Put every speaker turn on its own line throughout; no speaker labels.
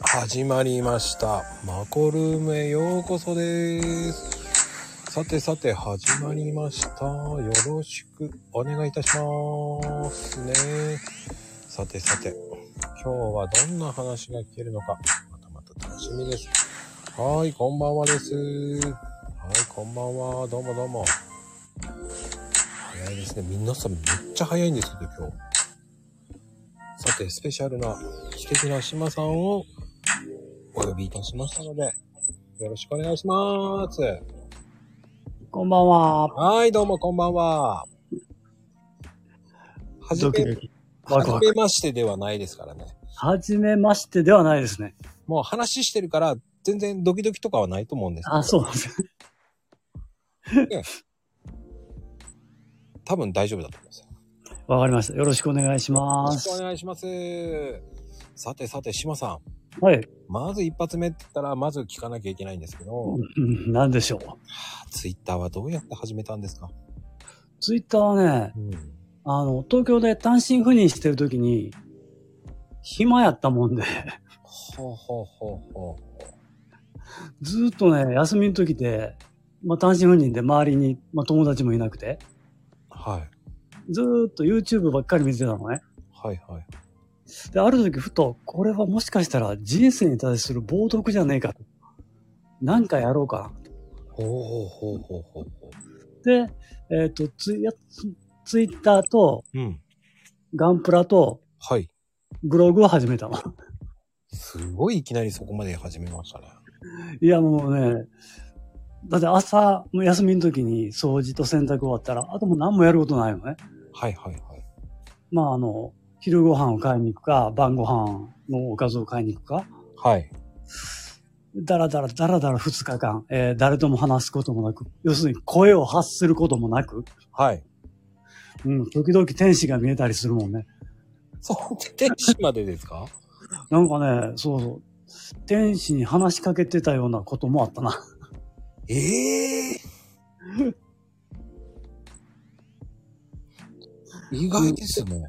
始まりましたマコルームへようこそですさてさて始まりましたよろしくお願いいたしますねさてさて今日はどんな話が聞けるのかまたまた楽しみですはーいこんばんはですはいこんばんはどうもどうも早いですね皆さんめっちゃ早いんですけど今日さて、スペシャルな素敵な島さんをお呼びいたしましたので、よろしくお願いします。
こんばんは。
はい、どうもこんばんは。はじ
ドキ
め、
ド
は
キ。ワクワク
じめましてではないですからね。
はじめましてではないですね。
もう話してるから、全然ドキドキとかはないと思うんです
あ、そうなんですね。
多分大丈夫だと思います。
わかりました。よろしくお願いし
よ
ま
ろしくお
す。
願いします。さてさて、島さん。
はい。
まず一発目って言ったら、まず聞かなきゃいけないんですけど、
うんなんでしょう。
ツイッターはどうやって始めたんですか
ツイッターはね、
うん。
あの、東京で単身赴任してる時に、暇やったもんで、
ほうほうほうほう。
ずーっとね、休みの時で、まあ、単身赴任で周りに、まあ、友達もいなくて、
はい。
ずーっと YouTube ばっかり見てたのね。
はいはい。
で、ある時ふと、これはもしかしたら人生に対する冒涜じゃねえかと。なんかやろうかな。
ほうほうほうほうほうほ
で、えっ、とツイ、やツツイッターと
う。うん。
ガンプラと
はい。
ブログを始めたの。
すごいいきなりそこまで始めましたね。
いや、もうね、だって朝、もう休みの時に掃除と洗濯終わったら、あともう何もやることないのね。
はいはいはい。
まあ、あの、昼ご飯を買いに行くか、晩ご飯のおかずを買いに行くか、
はい。
だらだらだらだら2日間、えー誰とも話すこともなく、要するに声を発することもなく、
はい。
うん、時々天使が見えたりするもんね。
そう、天使までですか
なんかね、そうそう。天使に話しかけてたようなこともあったな。
ええ意外ですね。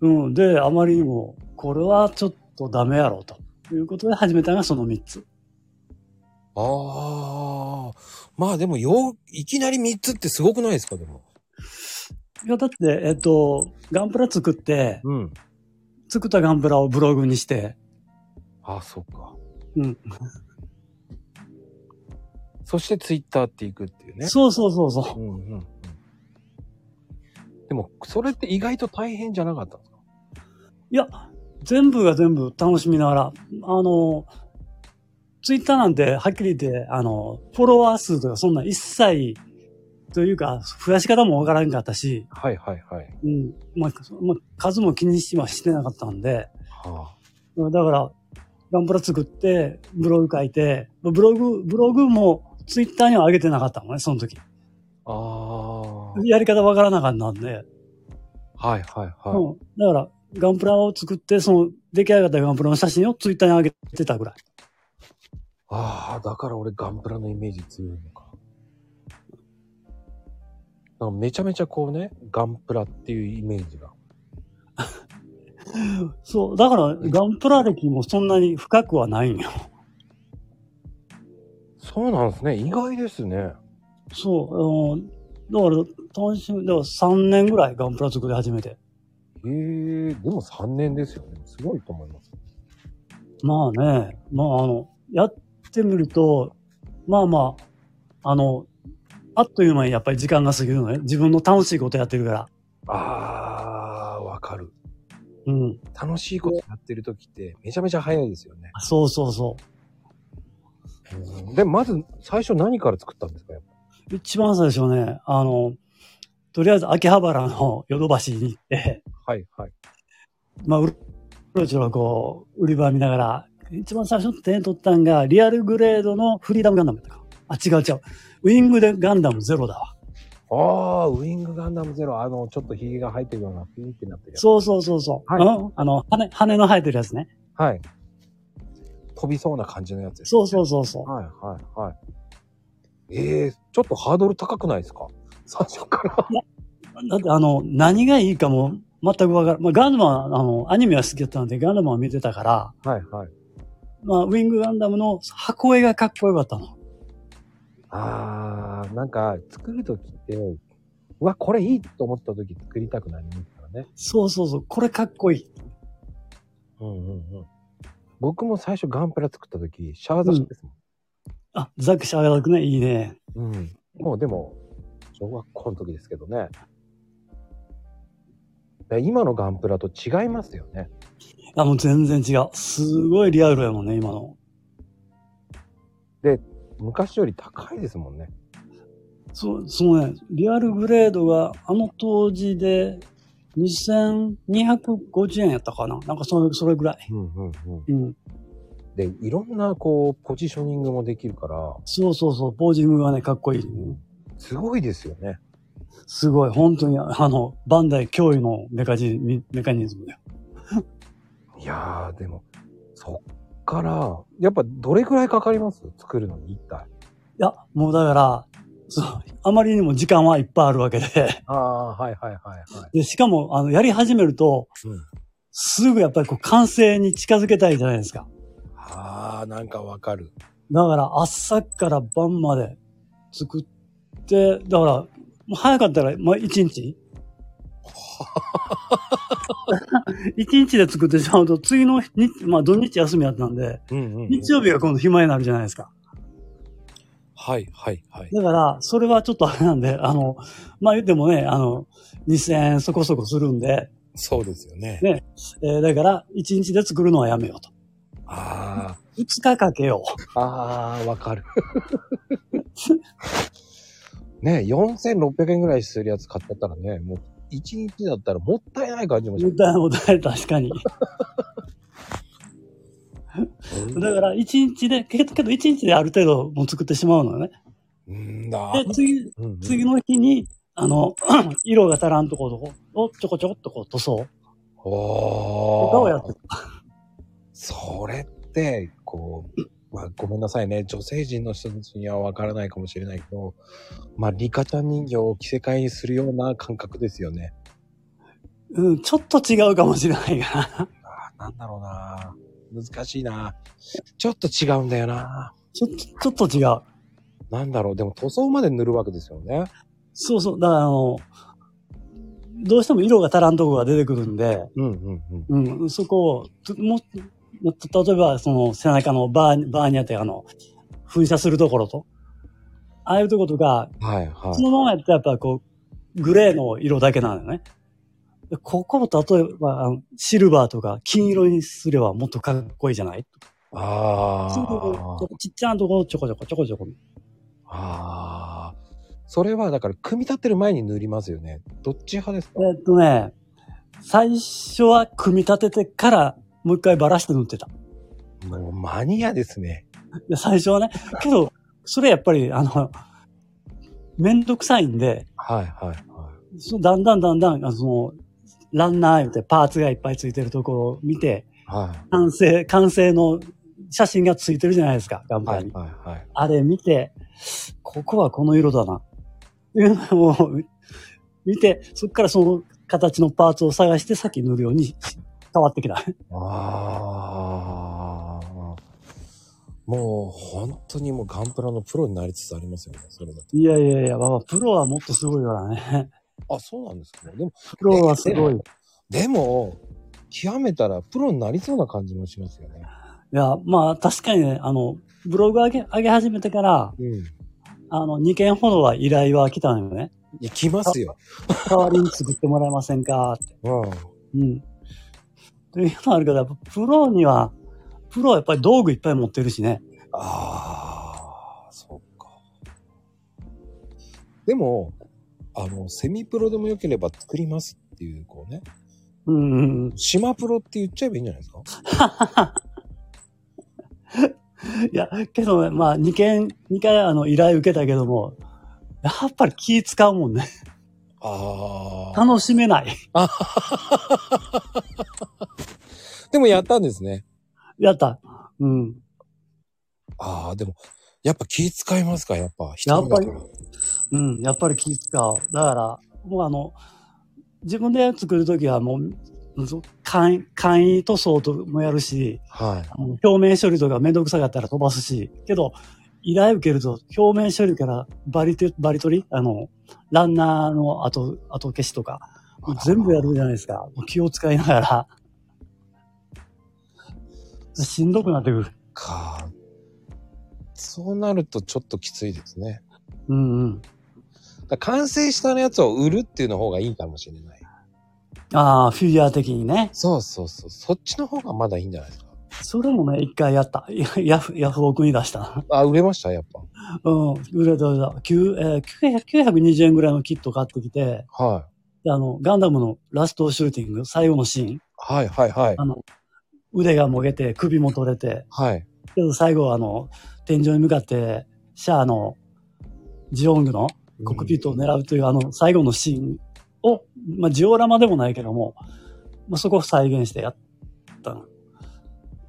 うん。で、あまりにも、これはちょっとダメやろ、ということで始めたのがその3つ。
ああ。まあでもよう、いきなり3つってすごくないですかでも。
いや、だって、えっと、ガンプラ作って、
うん。
作ったガンプラをブログにして、
ああ、そっか。
うん。
そしてツイッターっていくっていうね。
そうそうそうそ
うんうんうん。でも、それって意外と大変じゃなかったんですか
う。いや、全部が全部楽しみながら、あの、ツイッターなんて、はっきり言って、あの、フォロワー数とかそんな一切、というか、増やし方もわからんかったし、
はいはいはい。
うん。まあ、そまあ、数も気にしはしてなかったんで、
は
うんだから、ガンプラ作って、ブログ書いて、まあブログ、ブログもツイッターには上げてなかったのね、その時。
あ。あ
やり方わからなかったんで。
あ。はいはいはい。
うん。だから、ガンプラを作って、その、出来上がったガンプラの写真をツイッターに上げてたぐらい。
ああ、だから俺ガンプラのイメージ強いのか。なんかめちゃめちゃこうね、ガンプラっていうイメージが。
そう。だから、ガンプラ歴もそんなに深くはないんよ。
そうなんですね。意外ですね。
そう。うんだから、単身、だから3年ぐらいガンプラ作り始めて。
へえ、でも3年ですよね。すごいと思います。
まあね、まああの、やってみると、まあまあ、あの、あっという間にやっぱり時間が過ぎるのね。自分の楽しいことやってるから。
ああ、わかる。
うん。
楽しいことやってる時ってめちゃめちゃ早いですよね。
そうそうそ
で、まず最初何から作ったんですかやっぱ
う。一番最初ね、あの、とりあえず秋葉原のヨドバシに行って、
はいはい。
まあ、うろちょろこう、売り場見ながら、一番最初に手に取ったんが、リアルグレードのフリーダムガンダムやったか。あ、違う違う。ウィングでガンダムゼロだわ。
ああ、ウィングガンダムゼロ、あの、ちょっとヒゲが入ってるような、ピンってなってるやつ。
そうそうそうそう。
はい
うんあの、羽、羽の生えてるやつね。
はい。飛びそうな感じのやつです。
そうそうそうそう。
はいはいはい。ええちょっとハードル高くないですか最初から。
だってあの、何がいいかも全くわからん。まあ、ガンダムは、あの、アニメは好きだったので、ガンダムは見てたから、
はいはい。
まあ、ウィングガンダムの箱絵がかっこよかったの。
あー、なんか作るときって、うわ、これいいと思ったとき作りたくなりますからね。
そうそうそう、これかっこいい。
うんうんうん。僕も最初ガンプラ作ったとき、シャアザシですも
あ、ザクシャーガークね、いいね。
ん。うん。もうでも、小学校の時ですけどね。で今のガンプラと違いますよね。
あ、もう全然違う。すごいリアルやもんね、今の。
昔より高いですもんね。
そう、そのね、リアルグレードがあの当時で2250円やったかな。なんかそれ、それぐらい。
うんうんうん。
うん。
で、いろんなこう、ポジショニングもできるから、
そうそうそう、ポージングがね、かっこいい。
すごいですよね。
すごい、本当に、あの、バンダイ脅威のメカジメカニズムだよ。
いやー、でも、そっから、やっぱどれくらいかかります作るのに一体。
いや、もうだから、そう、あまりにも時間はいっぱいあるわけで。
ああ、はいはいはいはい。
で、しかも、あの、やり始めると、
うん
すぐやっぱりこう、完成に近づけたいじゃないですか。
ああ、なんかわかる。
だから朝から晩まで作って、だから、もう早かったら、まあ、一日 一日で作ってしまうと、次の日、まあ、土日休みだったんで、
うんうん、
日曜日が今度暇になるじゃないですか。
はいはいはい。
だから、それはちょっとあれなんで、あの、まあ、言ってもね、あの、2000円そこそこするんで、
そうですよね。
ねえーだから、一日で作るのはやめようと。
あ
二日かけよう。
あ、ああ、わかる。 ね4600円ぐらいするやつ買っちゃったらね、もう1日だったらもったいない感じもし
絶対もたれ確かに。だから、一日で、けど、けど一日である程度もう作ってしまうのよね。
うんだ。
で、次、
うんうん
次の日に、あの、 色が足らんところをちょこちょこっとこう塗装とか
お
を
ー
やってた。
それって、こう、まあ、ごめんなさいね。女性陣の人たちにはわからないかもしれないけど、まあ、リカちゃん人形を着せ替えにするような感覚ですよね。
うん、ちょっと違うかもしれないが、
あなんだろうな難しいなちょっと違うんだよな
ちょっと、ちょっと違う。
なんだろうでも塗装まで塗るわけですよね。
そうそう。だから、あの、どうしても色が足らんところが出てくるんで、
うんうんうん。
うん、そこを、とももっと例えば、その背中のバー、バーにあって、あの、噴射するところと、ああいうところとか、
はいは
そのままやったらやっぱこう、グレーの色だけなのよね。でここを例えば、あのシルバーとか金色にすればもっとかっこいいじゃない
い。あ
そういうとこ
あ。
ちっちゃなところをちょこちょこちょこちょこ。
ああ。それはだから組み立てる前に塗りますよね。どっち派ですか
えっとね、最初は組み立ててから、もう一回バラして塗ってた。
もうマニアですね。
で最初はね。けど、それやっぱり、あの、めんどくさいんで、
はいはいはい。
そだんだんだんだん、あのその、ランナーってパーツがいっぱいついてるところを見て、
は
完成、完成の写真がついてるじゃないですか、ガン
い。
プ
は
ラ
い
に。
はいはい。
あれ見て、ここはこの色だな。いうのを見て、そっからその形のパーツを探してさっき塗るように変わってきた。
ああ。もう本当にもうガンプラのプロになりつつありますよね。それだと。
いやいやいや、まあまあ、プロはもっとすごいからね。
あ、そうなんですか、ね。でも、
プロはすごい。い
でも、極めたらプロになりそうな感じもしますよね。
や、まあ確かにね、あの、ブログ上げ、上げ始めてから、
うん。
あの、2件ほどは依頼は来たのよね。
いや、来ますよ。
代わりに作ってもらえませんかって。
うん。
うん。というのはあるけど、やっぱプロには、プロはやっぱり道具いっぱい持ってるしね。
ああ、そっか。でも、あの、セミプロでもよければ作りますっていう、こうね。
うんうんうん。
島プロって言っちゃえばいいんじゃないですか
いや、けどね、まあ、2件、二回あの依頼受けたけども、やっぱり気使うもんね。
ああ。
楽しめない。
でもやったんですね。
やった。うん。
ああ、でも、やっぱ気使いますか、やっぱ。
やっぱり
一人だと
うん。やっぱり気使う。だから、もうあの、自分で作るときはもう、そう簡易、簡易塗装ともやるし、
はい。
あの表面処理とかめんどくさかったら飛ばすし、けど、依頼受けると表面処理からバリテ、バリ取りあの、ランナーの後、後消しとか、もう全部やるじゃないですか。もう気を使いながら。しんどくなってくる。
か。そうなるとちょっときついですね。
うんうん。
だから完成したやつを売るっていうの方がいいかもしれない。
ああ、フィギュア的にね。
そうそうそう。そっちの方がまだいいんじゃないですか。
それもね、一回やった。やヤフ、ヤフオクに出した。
あ、売れましたやっぱ。
うん。売れた売れた。9えー900 920円ぐらいのキット買ってきて、
は
であの、ガンダムのラストシューティング、最後のシーン。
い。はいはいはい
あ。の、腕がもげて、首も取れて、
はい。
けど最後、あの、天井に向かって、シャアの、ジオングのコックピットを狙うという、あの、最後のシーンを、まあ、ジオラマでもないけども、まあ、そこを再現してやったの。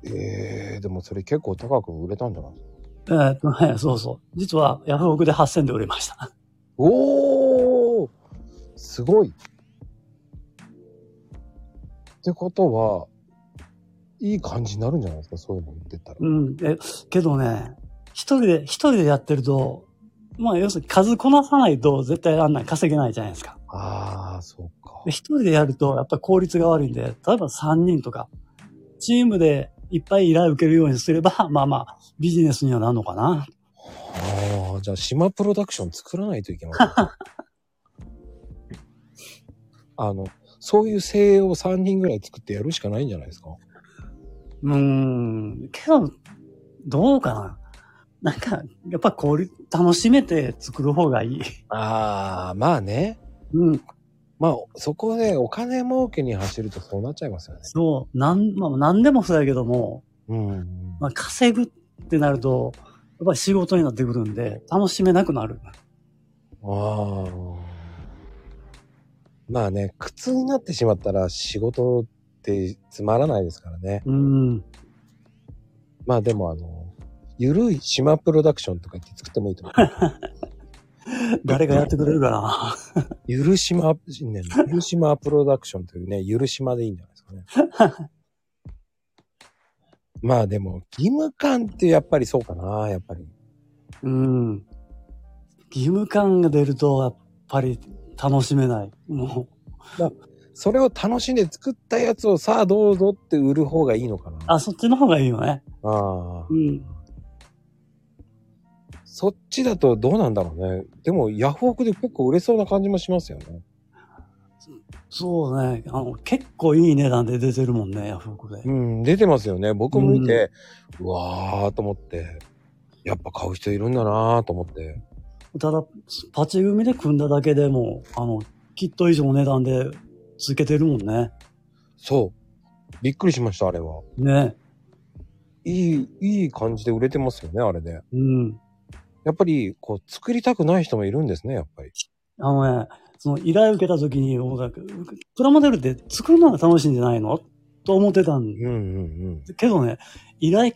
えー、でもそれ結構高く売れたんじゃない
えーっとね、そうそう。実は、ヤフオクで8000で売れました。
おーすごいってことは、いい感じになるんじゃないですかそういうの言ってったら。
うん。え、けどね、一人で、一人でやってると、まあ、要するに数こなさないと絶対あんなに稼げないじゃないですか。
ああ、そうか
で。一人でやると、やっぱり効率が悪いんで、例えば3人とか、チームでいっぱい依頼を受けるようにすれば、 まあまあ、ビジネスにはなるのかな。
ああ、じゃあ島プロダクション作らないといけません。 あの、そういう精鋭を3人ぐらい作ってやるしかないんじゃないですか
うーん、けど、どうかな。なんか、やっぱ効率、楽しめて作る方がいい。
ああ、まあね。
うん、
まあ、そこでお金儲けに走るとそうなっちゃいますよね。
そう、なん、まあ、なんでもそうやけども、
うん。
まあ、稼ぐってなると、やっぱり仕事になってくるんで、楽しめなくなる。
ああ。まあね、苦痛になってしまったら仕事ってつまらないですからね。
うん、
まあでもあの、ゆるい島プロダクションとか言って作ってもいいと思う。
誰がやってくれるかな。
ゆるしま、ね、ゆるしまプロダクションというね、ゆるしまでいいんじゃないですかね。 まあでも、義務感ってやっぱりそうかな、やっぱり。
うん。義務感が出ると、やっぱり楽しめない。もう。
それを楽しんで作ったやつをさあどうぞって売る方がいいのかな。あ
あ、そっちの方がいいよね。
あ
う。ん。
そっちだとどうなんだろうね。でも、ヤフオクで結構売れそうな感じもしますよね。
そうね。あの、結構いい値段で出てるもんね、ヤフオクで
う。ん、出てますよね。僕も見て、うわーと思って、やっぱ買う人いるんだなーと思って。
ただ、パチ組で組んだだけでも、あの、キット以上の値段で続けてるもんね。
そう。びっくりしました、あれは。
ね。
いい、いい感じで売れてますよね、あれで。
うん。
やっぱり、こう、作りたくない人もいるんですね、やっぱり。
あのね、その依頼受けた時に、もうなんかプラモデルって作るのが楽しいんじゃないのと思ってたん
うんうん
けどね、依頼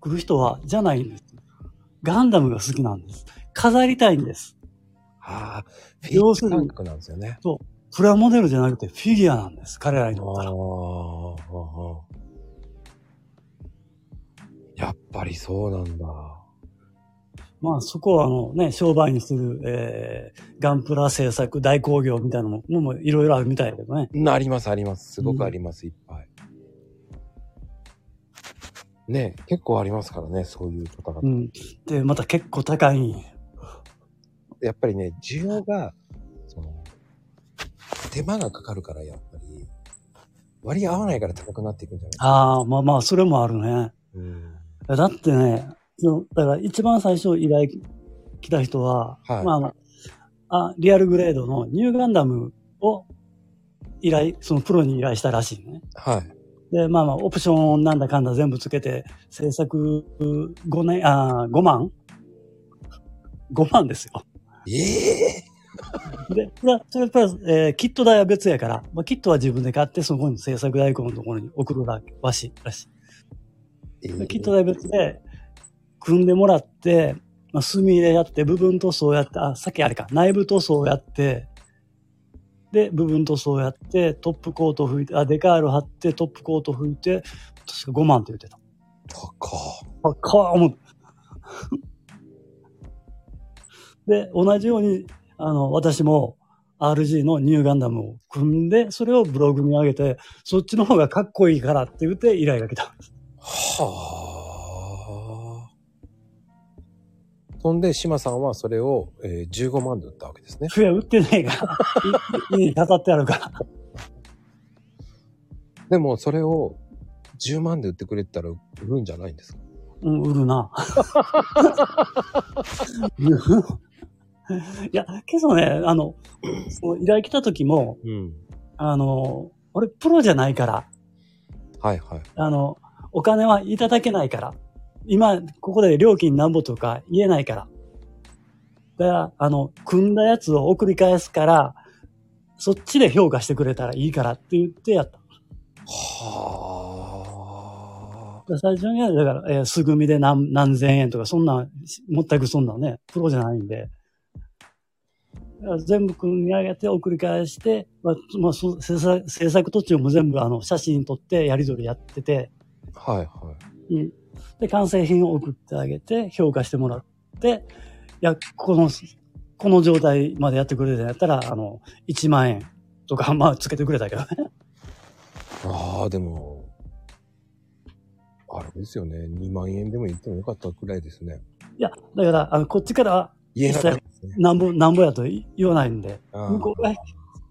来る人は、じゃないんです。ガンダムが好きなんです。飾りたいんです。
うん。ああ、フィ
要
ッ
する
シ
に
タンクなんですよね。
プラモデルじゃなくてフィギュアなんです。彼ら
あ
にとったら。
ーあー、やっぱりそうなんだ。
まあそこはあのね、商売にする、えー、ガンプラ制作大工業みたいなのも、もういろいろあるみたいだけどね。
うんありますあります。すごくあります、いっぱい。ねえ結構ありますからね、そういう方々。
うん。で、また結構高い。
やっぱりね、需要が、その、手間がかかるから、やっぱり、割り合わないから高くなっていくんじゃない
ああ、まあまあ、それもあるね。
うん。
だってね、そのだから一番最初依頼来た人は、
はい
まああのあ、リアルグレードのニューガンダムを依頼、そのプロに依頼したらしいね。
はい。
で、まあまあ、オプションなんだかんだ全部つけて、制作5年、あー5万 ?5 万ですよ。
ええ
で、それはそれプラス、えーキット代は別やから、まあ、キットは自分で買って、そこに制作代行のところに送るらしい、らしい。
え
で
え
キット代別で組んでもらって、まあ、墨入れやって、部分塗装やって、あ、さっきあれか、内部塗装やって、で、部分塗装やって、トップコート拭いて、あ、デカール貼って、トップコート拭いて、確か5万って言ってた。
高っ
あ、かわ思う。で、同じように、あの、私も RG のニューガンダムを組んで、それをブログに上げて、そっちの方がかっこいいからって言って依頼が来た。
はあ。そんで、島さんはそれを、えー15万で売ったわけですね。
いや、売ってないから。いいい語ってあるから。
でも、それを10万で売ってくれてたら売るんじゃないんですか
うん、売るな。いや、けどね、あの、その依頼来た時も、
うん。
あの、俺プロじゃないから、
はいはい。
あの、お金はいただけないから、今、ここで料金なんぼとか言えないから。だから、あの、組んだやつを送り返すから、そっちで評価してくれたらいいからって言ってやった。
はあ。
だから最初には、だから、えー素組みで何何千円とか、そんなん、し全くそんなんね、プロじゃないんで。だから全部組み上げて送り返して、まあ、まあ、そう制作制作途中も全部あの写真撮ってやり取りやってて、
はいはい。
うんで、完成品を送ってあげて、評価してもらって、いや、この、この状態までやってくれるんやったら、あの、1万円とか、まあ、つけてくれたけどね。
ああ、でも、あれですよね。2万円でも言ってもよかったくらいですね。
いや、だから、あのこっちから、
言えなかったですね。
なんぼ、なんぼやと言わないんで。
あ
向こう
ー
が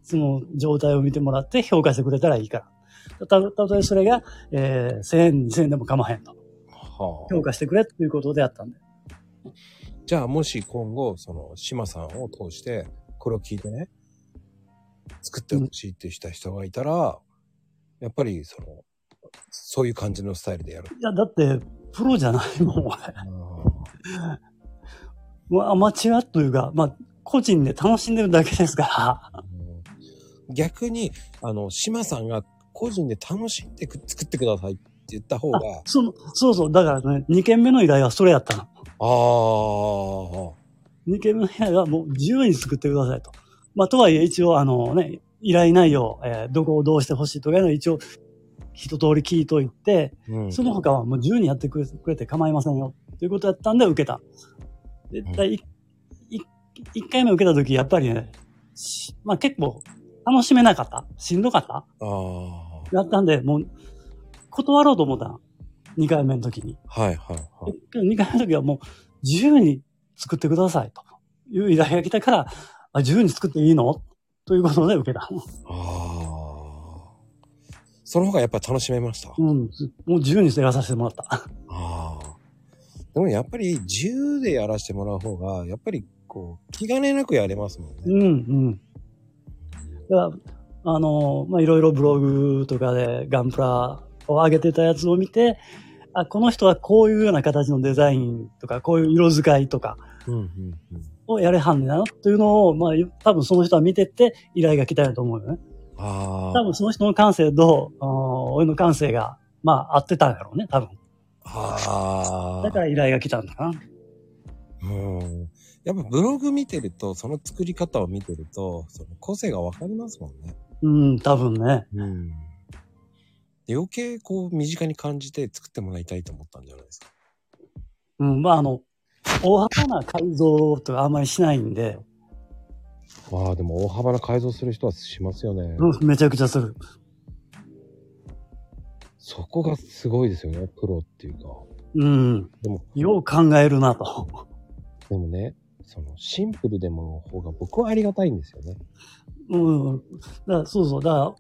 その状態を見てもらって評価してくれたらいいから。た、たとえそれが、えー、1000円、2000円でも構わへんと。
はあ
評価してくれっていうことであったんで。
じゃあもし今後、その、島さんを通して、これを聞いてね、作ってほしいってした人がいたら、やっぱり、その、そういう感じのスタイルでやる。
いや、だって、プロじゃないもん、俺。
あ
もうアマチュアというか、まあ、個人で楽しんでるだけですか
ー逆に、あの、島さんが個人で楽しんでく作ってくださいって言った方
ら。あ
が、
その、そうそう、だからね、2件目の依頼はそれやったの。
ああ、
2件目の依頼はもう自由に作ってくださいと。まあ、とはいえ一応、あのね、依頼内容、えーどこをどうしてほしいとかいうのを一応、一通り聞いといて、
うん
その他はもう自由にやってくれくれて構いませんよ。ということだったんで受けた。で、
うん
第一一一回目受けた時、やっぱりね、しまあ結構楽しめなかった。しんどかった。
ああ、
やったんで、もう断ろうと思ったの。二回目の時に。
はいはいはい。
で二回目の時はもう自由に作ってくださいという依頼が来たから、あ自由に作っていいのということで受けた。
ああ。その方がやっぱ楽しめました。
うん。もう自由にやらさせてもらった。
ああ。でもやっぱり自由でやらせてもらう方が、やっぱりこう、気兼ねなくやれますもん
う
ね。
んうん。だからあの、まあ、いろいろブログとかでガンプラを上げてたやつを見て、あ、この人はこういうような形のデザインとか、こういう色使いとか
うんうんうん。
をやれはんねんなというのを、まあ、多分その人は見てて依頼が来たんやと思うよね。
あ
多
あ
分その人の感性と、あー俺の感性が、まあ、合ってたんやろうね、多分。。
ああ。
だから依頼が来たんだな。
うん。やっぱブログ見てると、その作り方を見てると、その個性がわかりますもんね。
うん、多分ね。
うん。で余計こう、身近に感じて作ってもらいたいと思ったんじゃないですか。
うん、まあ、あの、大幅な改造とかあんまりしないんで、
ああ、でも大幅な改造する人はしますよね。
うん、めちゃくちゃする。
そこがすごいですよね、プロっていうか。
うん。
でも、
よう考えるなと。
でもね、そのシンプルでもの方が僕はありがたいんですよね。
うん。だからそうそう。だから、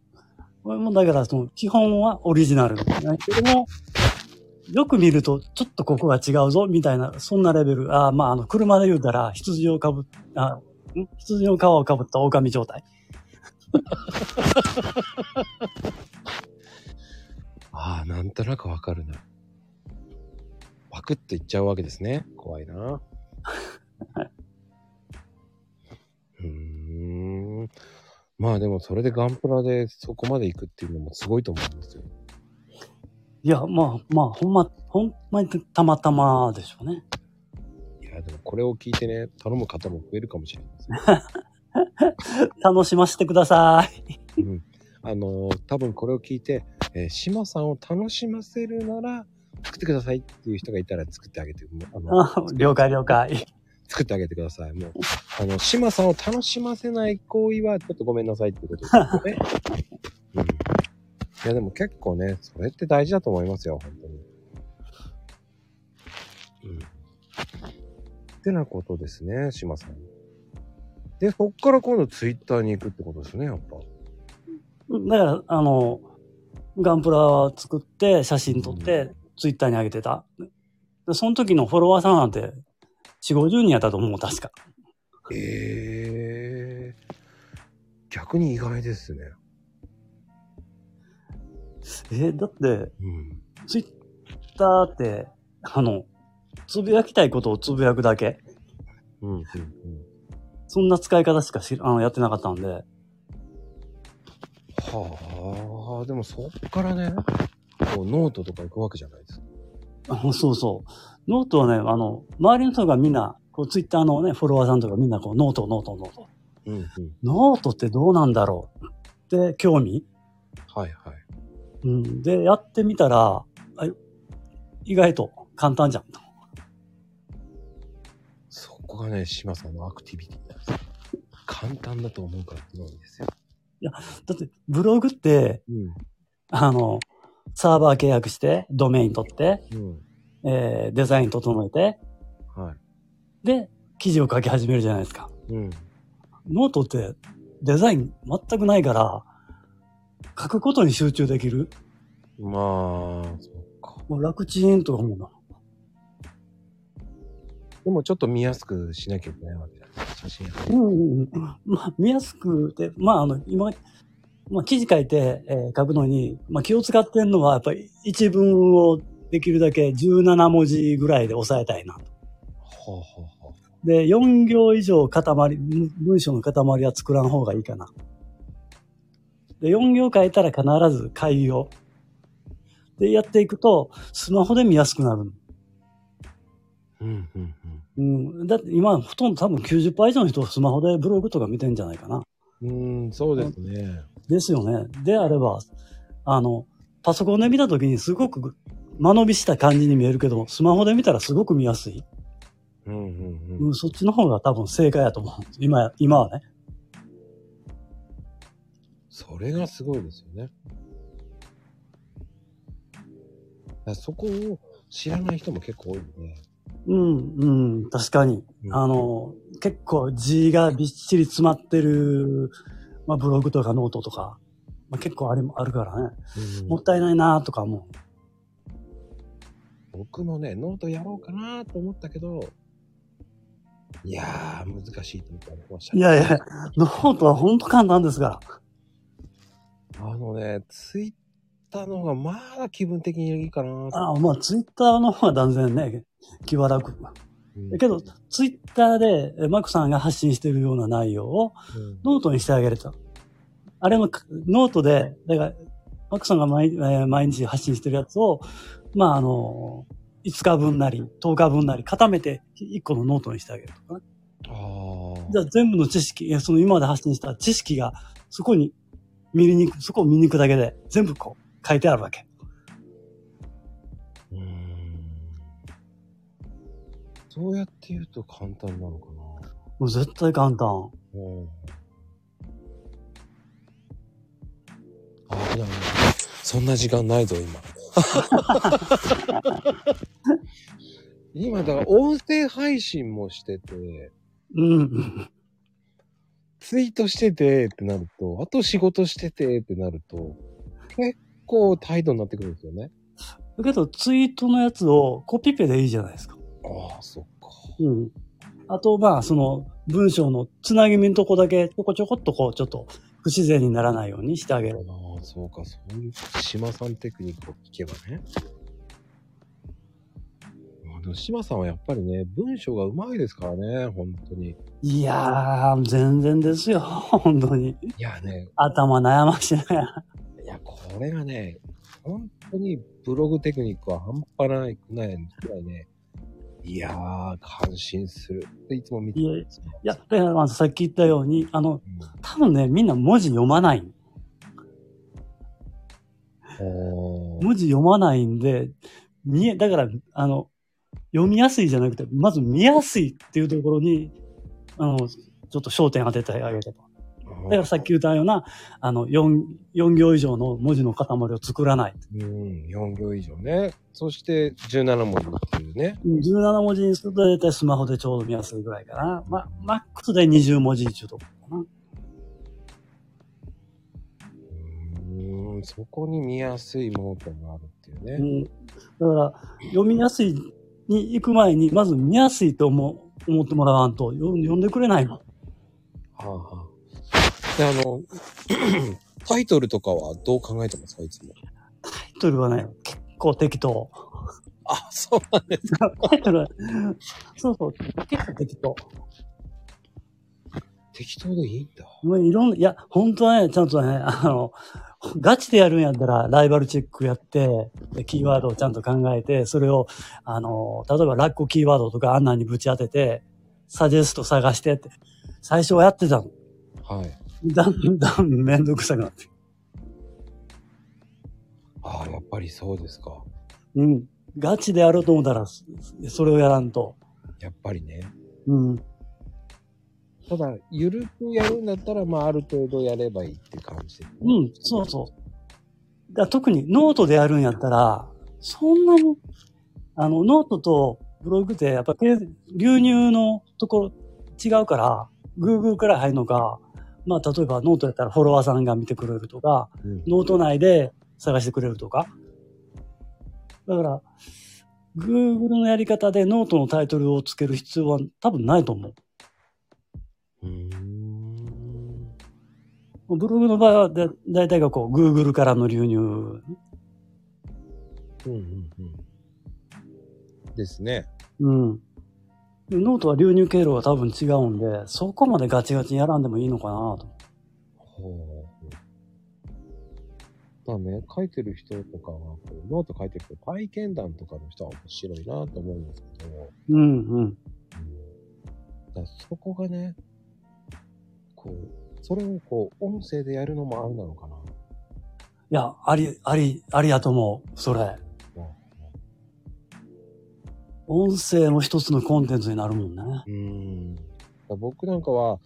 俺もだから、その、基本はオリジナルなんだけども、よく見ると、ちょっとここが違うぞ、みたいな、そんなレベル。あーまあ、あの、車で言うたら、羊をかぶっ、あ、ん羊の皮をかぶった狼状態。
ああ、なんとなくわかるな。パクッといっちゃうわけですね。怖いな。うーん。まあでもそれでガンプラでそこまで行くっていうのもすごいと思うんですよ。
いや、まあ、まあ、ほんま、ほんまにたまたまでしょうね。
いや、でもこれを聞いてね、頼む方も増えるかもしれません。
楽しませてください。
うん、あのー多分これを聞いて、えー、島さんを楽しませるなら、作ってくださいっていう人がいたら作ってあげて、もうあの
あ了解了解。
作ってあげてください。もう、あの、島さんを楽しませない行為は、ちょっとごめんなさいってことですよね。うん。いや、でも結構ね、それって大事だと思いますよ、本当に。うん。ってなことですね、島さん。で、そっから今度ツイッターに行くってことですね、やっぱ。
だから、あの、ガンプラ作って、写真撮って、ツイッターに上げてた。でその時のフォロワーさんなんて、4、50人やったと思う、確か。
ええ逆に意外ですね。
えーだって、
うん。
ツイッターって、あの、つぶやきたいことをつぶやくだけ。
うん、うん、
そんな使い方しかしあのやってなかったんで。
はあ、でもそっからね、こうノートとか行くわけじゃないですか。
あのそうそう。ノートはね、あの、周りの人がみんな、こう、ツイッターのね、フォロワーさんとかみんな、こう、ノート、ノート、ノート。
うん、うん。
ノートってどうなんだろうって、興味
はい、はい。
うん。で、やってみたら、あ意外と簡単じゃん。
そこがね、島さんのアクティビティなんですよ。簡単だと思うからすごいんですよ。
だって、ブログって、
う
あの、サーバー契約して、ドメイン取って、
ん。
えーデザイン整えて、
うん。はい。
で、記事を書き始めるじゃないですか。
うん。
ノートってデザイン全くないから、書くことに集中できる。
まあ、そっか。
もう楽ちんとか思うな。
でもちょっと見やすくしなきゃいけないわけだ、ね。写真。
うんうんうん。まあ、見やすくて、まあ、あの、今、まあ、記事書いて、えー書くのに、まあ、気を使ってんのは、やっぱり一文をできるだけ17文字ぐらいで抑えたいな。
ほうほうほう。
で、4行以上塊、文文章の塊は作らん方がいいかな。で、4行書いたら必ず改行。で、やっていくと、スマホで見やすくなる。
うん、うん、うん。
うん。だって今、ほとんど多分90%以上の人スマホでブログとか見てんじゃないかな。
うーん、そうですね。
ですよね。であれば、あの、パソコンで見た時にすごく間延びした感じに見えるけど、スマホで見たらすごく見やすい。
うん、うん、う。
うんん、そっちの方が多分正解やと思う。今や、今はね。
それがすごいですよね。だからそこを知らない人も結構多いんで。
うん、うん、確かに。
うん
あ、の、結構字がびっちり詰まってる、まあ、ブログとかノートとか、まあ、結構あれもあるからね。
うん
もったいないなとかも。
僕もね、ノートやろうかなと思ったけど、いやー、難しいと思ってやめました、
いやいや、ノートはほんと簡単ですから。
あのね、ツイッターの方がまだ気分的にいいかなと。
あまあ、ツイッターの方は断然ね、気は楽。
うん
だけど、ツイッターでえマクさんが発信してるような内容を
うん
ノートにしてあげると。あれもかノートで、だから、マックさんが毎,、えー毎日発信してるやつを、まあ、あの、5日分なり、10日分なり、固めて1個のノートにしてあげるとかね。
あー
じゃあ全部の知識、いやその今まで発信した知識が、そこに見に行く、そこを見に行くだけで、全部こう、書いてあるわけ。
うーんそうやって言うと簡単なのかな。
もう絶対簡単。
うんあー、でもねそんな時間ないぞ、今。 今、だから音声配信もしてて、
うん。
ツイートしててってなると、あと仕事しててってなると、結構態度になってくるんですよね。
だけど、ツイートのやつをコピペでいいじゃないですか。
ああ、そっか。
うん。あと、まあ、その、文章のつなぎ目のとこだけ、ちょこちょこっとこう、ちょっと、不自然にならないようにしてあげる。
ああ、そうか、そういう、島さんテクニックを聞けばね。あでも島さんはやっぱりね、文章がうまいですからね、本当に。い
いやー、全然ですよ。 本当に。
やね、
頭悩ましいな。
いや、これがね、本当にブログテクニックは半端ないくないくらいね、いやー、感心する。いつも見て
いえ いや、だからまあさっき言ったように、あ
う
の、
ん
多分ね、みんな文字読まない。
おー
文字読まないんで、見え、だから、あの、読みやすいじゃなくて、まず見やすいっていうところに、あの、ちょっと焦点当ててあげたと。だからさっき。言ったような、あの、4、4行以上の文字の塊を作らない。
うん、4行以上ね。そして、17文字っていうね。
17文字にすると、だいたいスマホでちょうど見やすいぐらいかな。まあ、マックスで20文字以上とかな。
うーん、そこに見やすい盲点があるっていう
う
ね。
ん、だから、読みやすいに行く前に、まず見やすいと思う思ってもらわんと、よ読んでくれないの。
はあはあ。で、あの、 タイトルとかはどう考えてますかいつも。
タイトルはね、結構適当。
あ、そうなんです。
タイトルは、そうそう、結構適当。
適当でいいんだ。
もういろんな、いや、本当はね、ちゃんとね、あの、ガチでやるんやったら、ライバルチェックやって、でキーワードをちゃんと考えて、それを、あの、例えばラッコキーワードとかあんなんにぶち当てて、サジェスト探してって、最初はやってたの。
はい。
だんだんめんどくさくなって。
ああ、やっぱりそうですか。
うん。ガチでやろうと思ったら、そそれをやらんと。
やっぱりね。
うん。
ただ、ゆるくやるんだったら、まあ、ある程度やればいいって感じで。
うん、そうそう。だ特にノートでやるんやったら、そんなに、あの、ノートとブログってやっぱけ流入のところ違うから、Google から入るのか、まあ、例えばノートやったらフォロワーさんが見てくれるとか、
うん
ノート内で探してくれるとか。だから、Google のやり方でノートのタイトルをつける必要は多分ないと思う。
うーん。
ブログの場合はだ、大体がこう、Google からの流入。
うんうんうん。ですね。
うん。でノートは流入経路が多分違うんで、そこまでガチガチにやらんでもいいのかなと。
ほう。だね、書いてる人とかは、こうノート書いてる人、体験談とかの人は面白いなと思うんですけど、
うんうん。
うん、だそこがね、こう、それをこう、音声でやるのもありなのかな。
いや、あり、あり、ありやと思う。それ。音声も一つのコンテンツになるもんね。
うん。だ僕なんかは、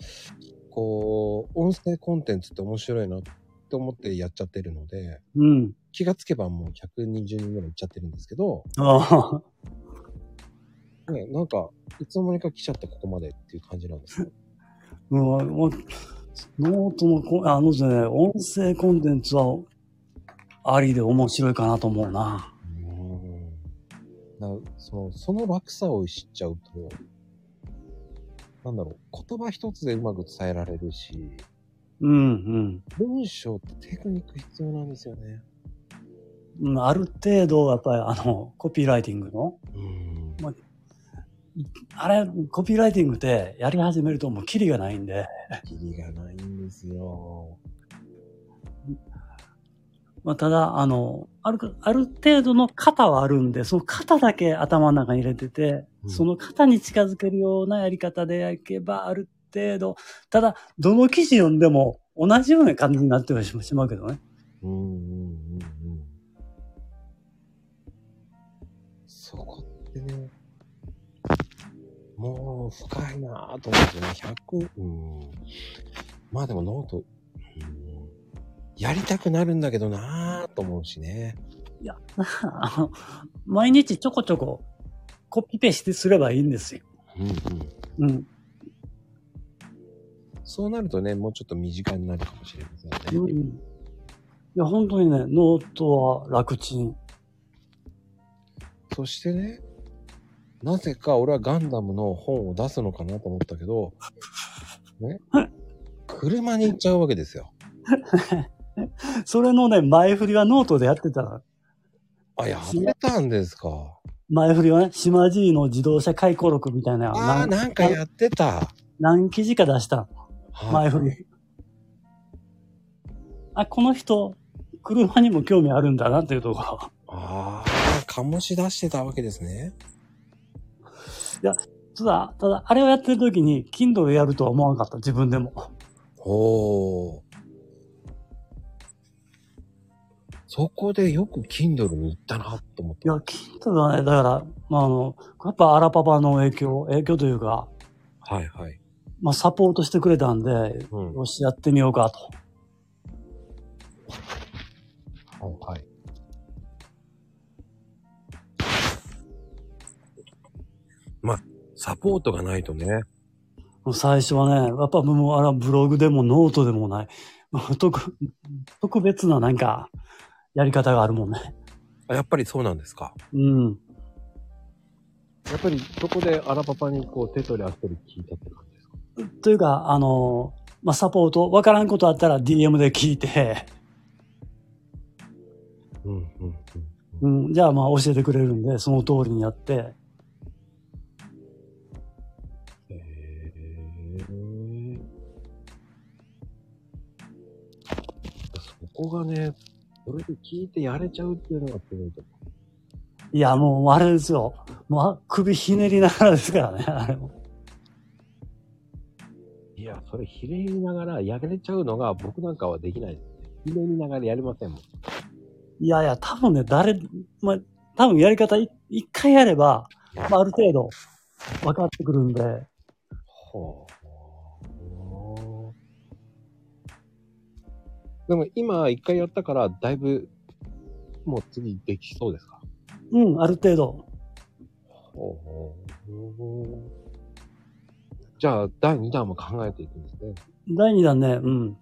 こう、音声コンテンツって面白いなって思ってやっちゃってるので、
うん。
気がつけばもう120人ぐらいいっちゃってるんですけど、
あ あ。
ね、なんか、いつの間にか来ちゃってここまでっていう感じなんですよ。
もう、もうノートのコン、あのですね、音声コンテンツは、ありで面白いかなと思うな。
うんだそのその楽さを知っちゃうと、なんだろう、言葉一つでうまく伝えられるし、
うんうん。
文章ってテクニック必要なんですよね。
うんある程度、やっぱりあの、コピーライティングの、
うん。
あれ、コピーライティングってやり始めるともうキリがないんで、
キリがないんですよ。
まあ、ただ、あの、ある、ある程度の型はあるんで、その型だけ頭の中に入れてて、
うん
その型に近づけるようなやり方でいけば、ある程度、ただ、どの記事読んでも同じような感じになってはししまうけどね。
うんうんうんうん。そこってね、もう深いなぁと思ってね、100、うん。まあでもノート、うん、やりたくなるんだけどなぁと思うしね。
あの、毎日ちょこちょこコピペしてすればいいんですよ。
うんうん。
うん。
そうなるとね、もうちょっと身近になるかもしれませんね。
うんうんいや、本当にね、ノートは楽ちん。
そしてね、なぜか俺はガンダムの本を出すのかなと思ったけ ど、ね、車に行っちゃうわけですよ。
それのね、前振りはノートでやってたら、
あ、やってたんですか。
前振りはね、島爺の自動車回顧録みたいな、
ああ、
何
なんかやってた。
何記事か出した、
は
前
い
振り。あ、この人、車にも興味あるんだなっていうところ。
ああ、醸し出してたわけですね。
ただ、ただ、あれをやってる時に、Kindle でやるとは思わなかった、自分でも。
おー。そこでよく Kindle に行ったなと思って
い。や、Kindle はね、だから、まあ、あの、やっぱアラパパの影響、影響というか、
はいはい。
まあ、サポートしてくれたんで、
うん。は
よし、やってみようかと。
い。まあ、サポートがないとね。
もう最初はね、やっぱもう、あら、ブログでもノートでもない、 もう特、特別ななんか、やり方があるもんね。
あやっぱりそうなんですか。
うん。
やっぱりそこでアラパパにこう手取り足取り聞いたって感じですか
というか、あの、まあ、サポート、わからんことあったら DM で聞いて、
うんうんうん。
うん、じゃあまあ教えてくれるんで、その通りにやって、
へえ。そこがね、それで聞いてやれちゃうっていうのがすごいと思う。
いや、もうあれですよ。もうあ首ひねりながらですからね、 あれも。
いや、それひねりながらやれちゃうのが僕なんかはできないですね。ひねりながらやれませんもん。
いやいや、多分ね、誰、まあ、多分やり方い一回やれば、まあ、ある程度分かってくるんで、
ほう。でも今一回やったからだいぶもう次できそうですか
うん、ある程度。
ほう。じゃあ第2弾も考えていくんですね。
第2弾ね、うん。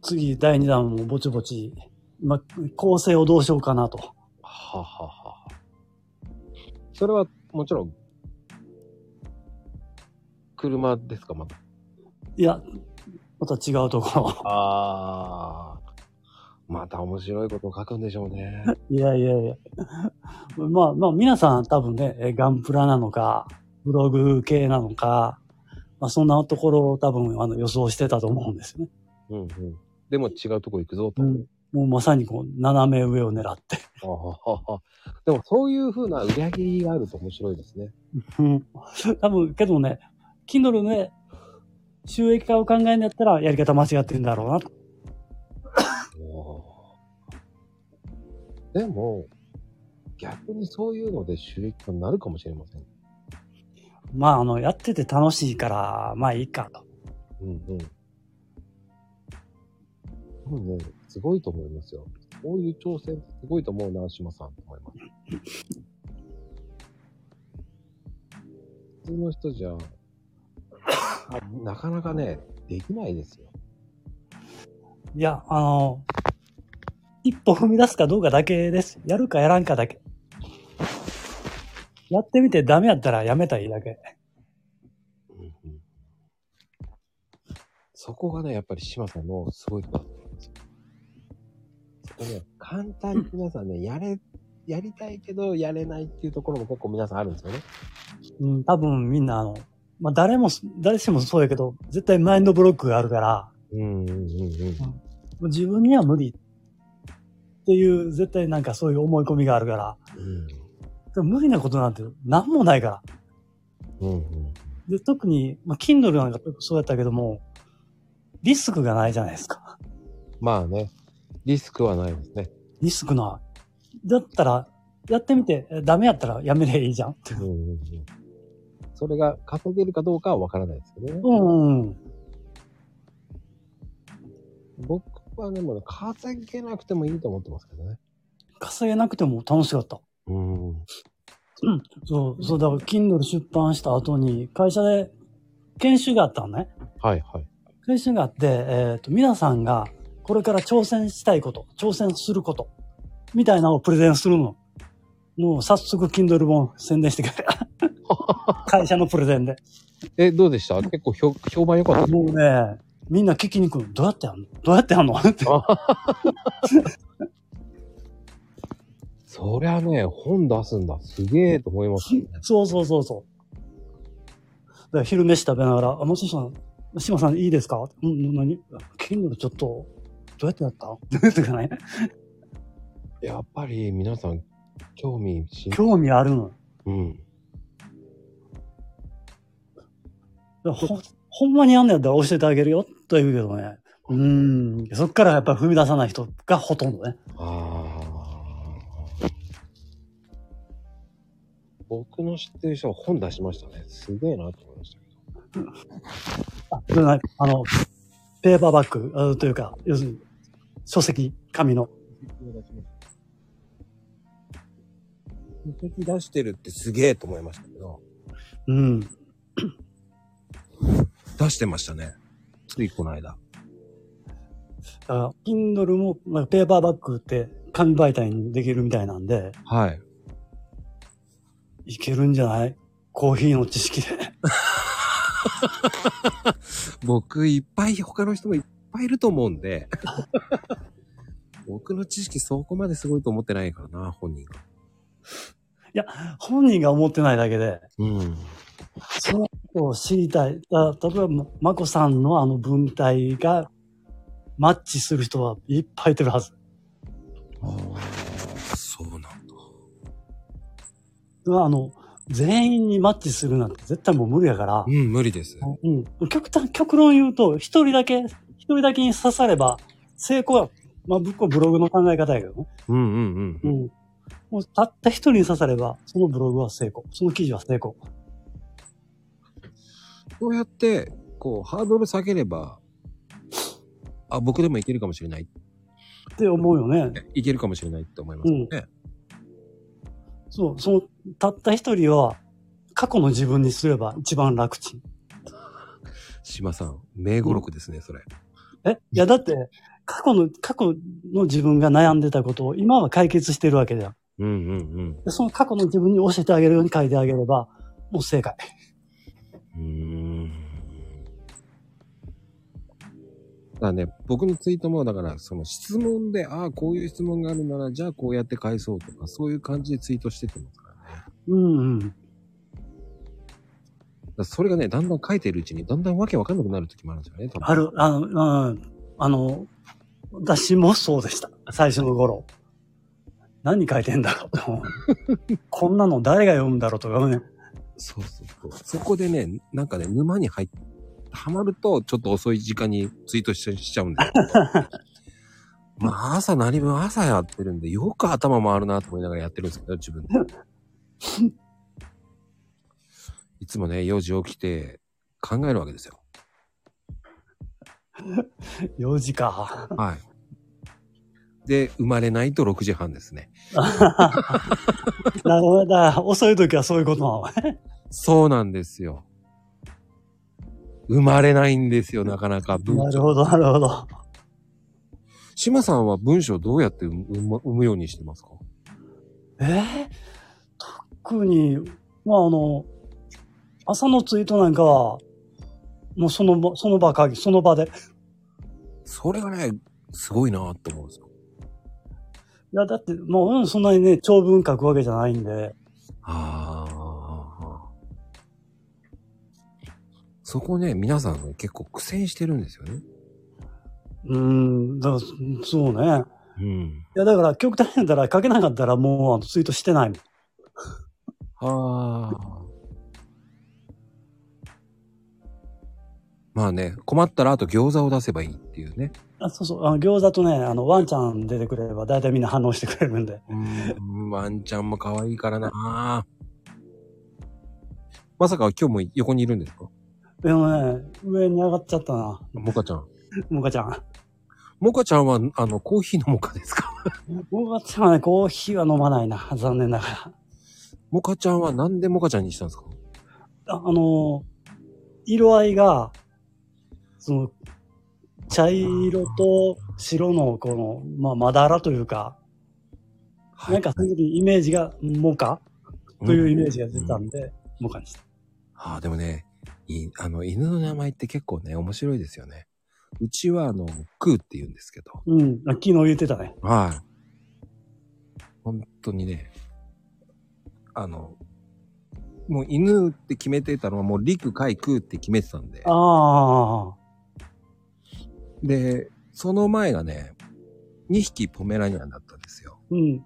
次、第2弾もぼちぼち、まあ、構成をどうしようかなと。
はははは。それはもちろん車ですかまた。
いや、また違うとこ
ああ。また面白いことを書くんでしょう ね。
ろ。いやいやいや。まあまあ、皆さん多分ね、えガンプラなのか、ブログ系なのか、まあそんなところを多分あの予想してたと思うんですよね。
うんうん。でも違うとこ行くぞと。
うん。もうまさにこう、斜め上を狙って。
ああでもそういう風な売り上げがあると面白いですね。
うん。 多分、けどね、Kindle ね、収益化を考えるんだったらやり方間違ってんだろうなと。
でも、逆にそういうので収益化になるかもしれません。
まああの、やってて楽しいから、まあいいかと。
うんうん。多分ね、すごいと思いますよ。こういう挑戦ってすごいと思うな、島さんと思います。普通の人じゃ、あなかなかね、できないですよ。
いや、あの、一歩踏み出すかどうかだけです。やるかやらんかだけ。やってみてダメやったらやめたらいいだけ。
そこがね、やっぱり島さんのすごいところだと思いますよ。そこね、簡単に皆さんね、やれ、やりたいけどやれないっていうところも結構皆さんあるんですよね。
うん、多分みんなあの、まあ誰も、誰しもそうやけど、絶対マインドブロックがあるから、
うんうんうんうん。
もう自分には無理っていう、絶対なんかそういう思い込みがあるから、でも無理なことなんて何もないから。
うんうん。
で、特に、まあ、Kindle なんかそうやったけども、リスクがないじゃないですか。
まあね、リスクはないですね。
リスクない。だったら、やってみて、えダメやったらやめりゃいいじゃんって。
うんうんうん。それが稼げるかどうかはわからないですけどね。
うん、うん。
僕はね、もうね稼げなくてもいいと思ってますけどね。
稼げなくても楽しかった。
うん。
そう、そう、だから Kindle 出版した後に、会社で研修があったのね。
はいはい。
研修があって、えっ、と、皆さんがこれから挑戦したいこと、挑戦すること、みたいなのをプレゼンするの。もう早速 Kindle 本宣伝してくれ。会社のプレゼンで。
え、どうでした結構評評判良かった
もうね、みんな聞きに来る。どうやってやんのどうやってやんのって。
そりゃね、本出すんだ。すげえと思いますよね。
そうそうそうそう。だから昼飯食べながら、あ、もしさん、島さんいいですかうん、何 ?Kindle ちょっと、どうやってやったのとかね。
やっぱり皆さん、興味し、
興味あるの。
うん。
らほほんまにやんのやったら教えてあげるよとは言うけどね。うん。そっからやっぱり踏み出さない人がほとんどね。
ああ。僕の知ってる人は本出しましたね。すげえなと思いましたけど。
あでもなんかあの、ペーパーバッグあというか、要するに書籍、紙の。
書籍出してるってすげえと思いましたけど。
うん。
出してましたね。ついこの間。
だから、Kindle も、まあ、ペーパーバッグって紙媒体にできるみたいなんで、
はい。
いけるんじゃないコーヒーの知識で。
僕、いっぱい、他の人もいっぱいいると思うん で。僕の知識そこまですごいと思ってないからな、本人が。
本人が思ってないだけで、
うん。
そのことを知りたい。だ例えば、ままこさんのあの文体がマッチする人はいっぱいいてるはず。
そうなんだ。
あの、全員にマッチするなんて絶対もう無理やから
う、ん、無理です。
うん。極端、極論言うと、一人だけ、一人だけに刺されば、成功は、まあ、僕はブログの考え方やけどね。
うんうん
う
うん。
ん。もうたった一人に刺されば、そのブログは成功。その記事は成功。
こうやって、こう、ハードル下げれば、あ、僕でもいけるかもしれない。
って思うよね。
いけるかもしれないって思いますもんね。
そう、その、たった一人は、過去の自分にすれば一番楽ちん。
島さん、名語録ですね、それ。
えいや、だって、過去の、過去の自分が悩んでたことを今は解決してるわけじゃん。
うんうん
でその過去の自分に教えてあげるように書いてあげれば、もう正解。
うん。うーん。だからね、僕のツイートも、だから、その質問で、ああ、こういう質問があるなら、じゃあこうやって返そうとか、そういう感じでツイートしてってますからね。
うんうん。
だからそれがね、だんだん書いてるうちに、だんだんわけわかんなくなる時もあるんですよね、多分
ある、あの、うん、あの、私もそうでした。最初の頃。何書いてんだろうと思 うこんなの誰が読むんだろうとかね。
そうそうそう。そこでね、なんかね、沼に入っはまると、ちょっと遅い時間にツイートしちゃしちゃうんだよ。まあ、朝何分朝やってるんで、よく頭回るなと思いながらやってるんですけど、自分で。いつもね、4時起きて考えるわけですよ。
4時か。
はい。で、生まれないと6時半ですね。
なるほど。だから遅い時はそういうことなの。
そうなんですよ。生まれないんですよ、なかなか。文
なるほど、なるほど。
島さんは文章どうやって生む生むようにしてますか
えー特に、まああの、朝のツイートなんかは、もうその場、その場限り、その場で。い
それがね、すごいなと思うんですよ。
や、だって、もう、うん、そんなにね、長文書くわけじゃないんで、
ああ。そこね、皆さんね、結構苦戦してるんですよね。
うん、だから、そうね。
うん。
いや、だから、極端に言ったら、書けなかったらもう、あのツイートしてないもん。
ああ。まあね、困ったらあと餃子を出せばいいっていうね。
あそうそう、あの餃子とね、あの、ワンちゃん出てくれれば、大体みんな反応してくれるんで。
うん、ワンちゃんも可愛いからなまさか今日も横にいるんですか
でもね、上に上がっちゃったな、
モカちゃん。
モカちゃん。
モカちゃんは、あの、コーヒーのモカですか
モカちゃんはね、コーヒーは飲まないな、残念ながら。
モカちゃんはなんでモカちゃんにしたんですか
ああの、色合いが、その、茶色と白のこの、まあ、まだらというか、
はい
なんかその時イメージが、モカというイメージが出たんで、モカにした。
ああ、でもね、いあの、犬の名前って結構ね、面白いですよね。うちは、あの、クーって言うんですけど。
うん、あ昨日言ってたね。
はい。本当にね、あの、もう犬って決めてたのは、もう陸海空って決めてたんで。
ああ、
で、その前がね、2匹ポメラニアンだったんですよ。
うん、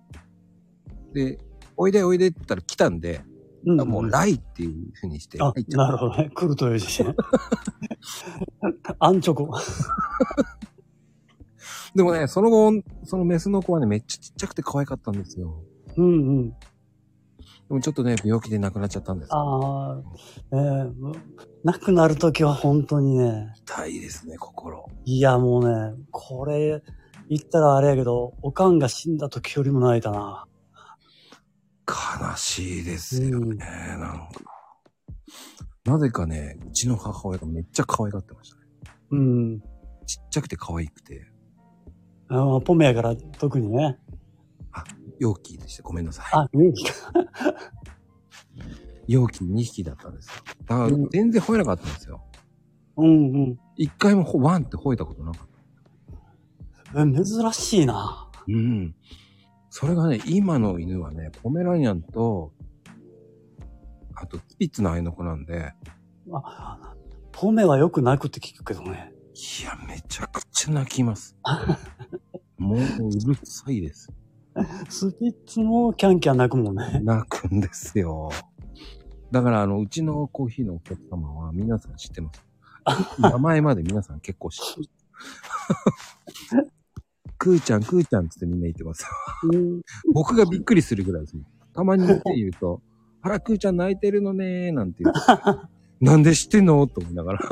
で、おいでおいでって言ったら来たんで、
うん
だからもうないっていうふうにして。
あ
入っ、ちゃう
なるほどね。来るという自信。 安直。
でもね、その後、そのメスの子はね、めっちゃちっちゃくて可愛かったんですよ。
うんうん。
でもちょっとね、病気で亡くなっちゃったんです。
ああ、ええなくなるときは本当にね、
痛いですね、心。
いやもうね、これ言ったらあれやけど、おかんが死んだときよりも泣いたな。
悲しいですよね、なんか。なぜかね、うちの母親がめっちゃ可愛がってましたね。
うん。
ちっちゃくて可愛くて、
あのポメやから特にね。
容器でした。ごめんなさい。
あ、元気か。
容器2匹だったんですよ。だから
うん
全然吠えなかったんですよ。
うんうん
一回もほワンって吠えたことなかった。
え。珍しいな。
うん。それがね、今の犬はね、ポメラニアンと、あと、スピッツの愛の子なんで、
あポメはよく泣くって聞くけどね。
いや、めちゃくちゃ泣きます。もう、うるさいです。
スピッツもキャンキャン泣くもんね。
泣くんですよ。だから、あの、うちのコーヒーのお客様は皆さん知ってます。名前まで皆さん結構知ってます。クーちゃん、クーちゃんっつってみんな言ってます。
うん。
僕がびっくりするぐらいですもん。たまに言って言うと、あら、くーちゃん泣いてるのねー、なんて言うと。なんで知ってんのと思いながら。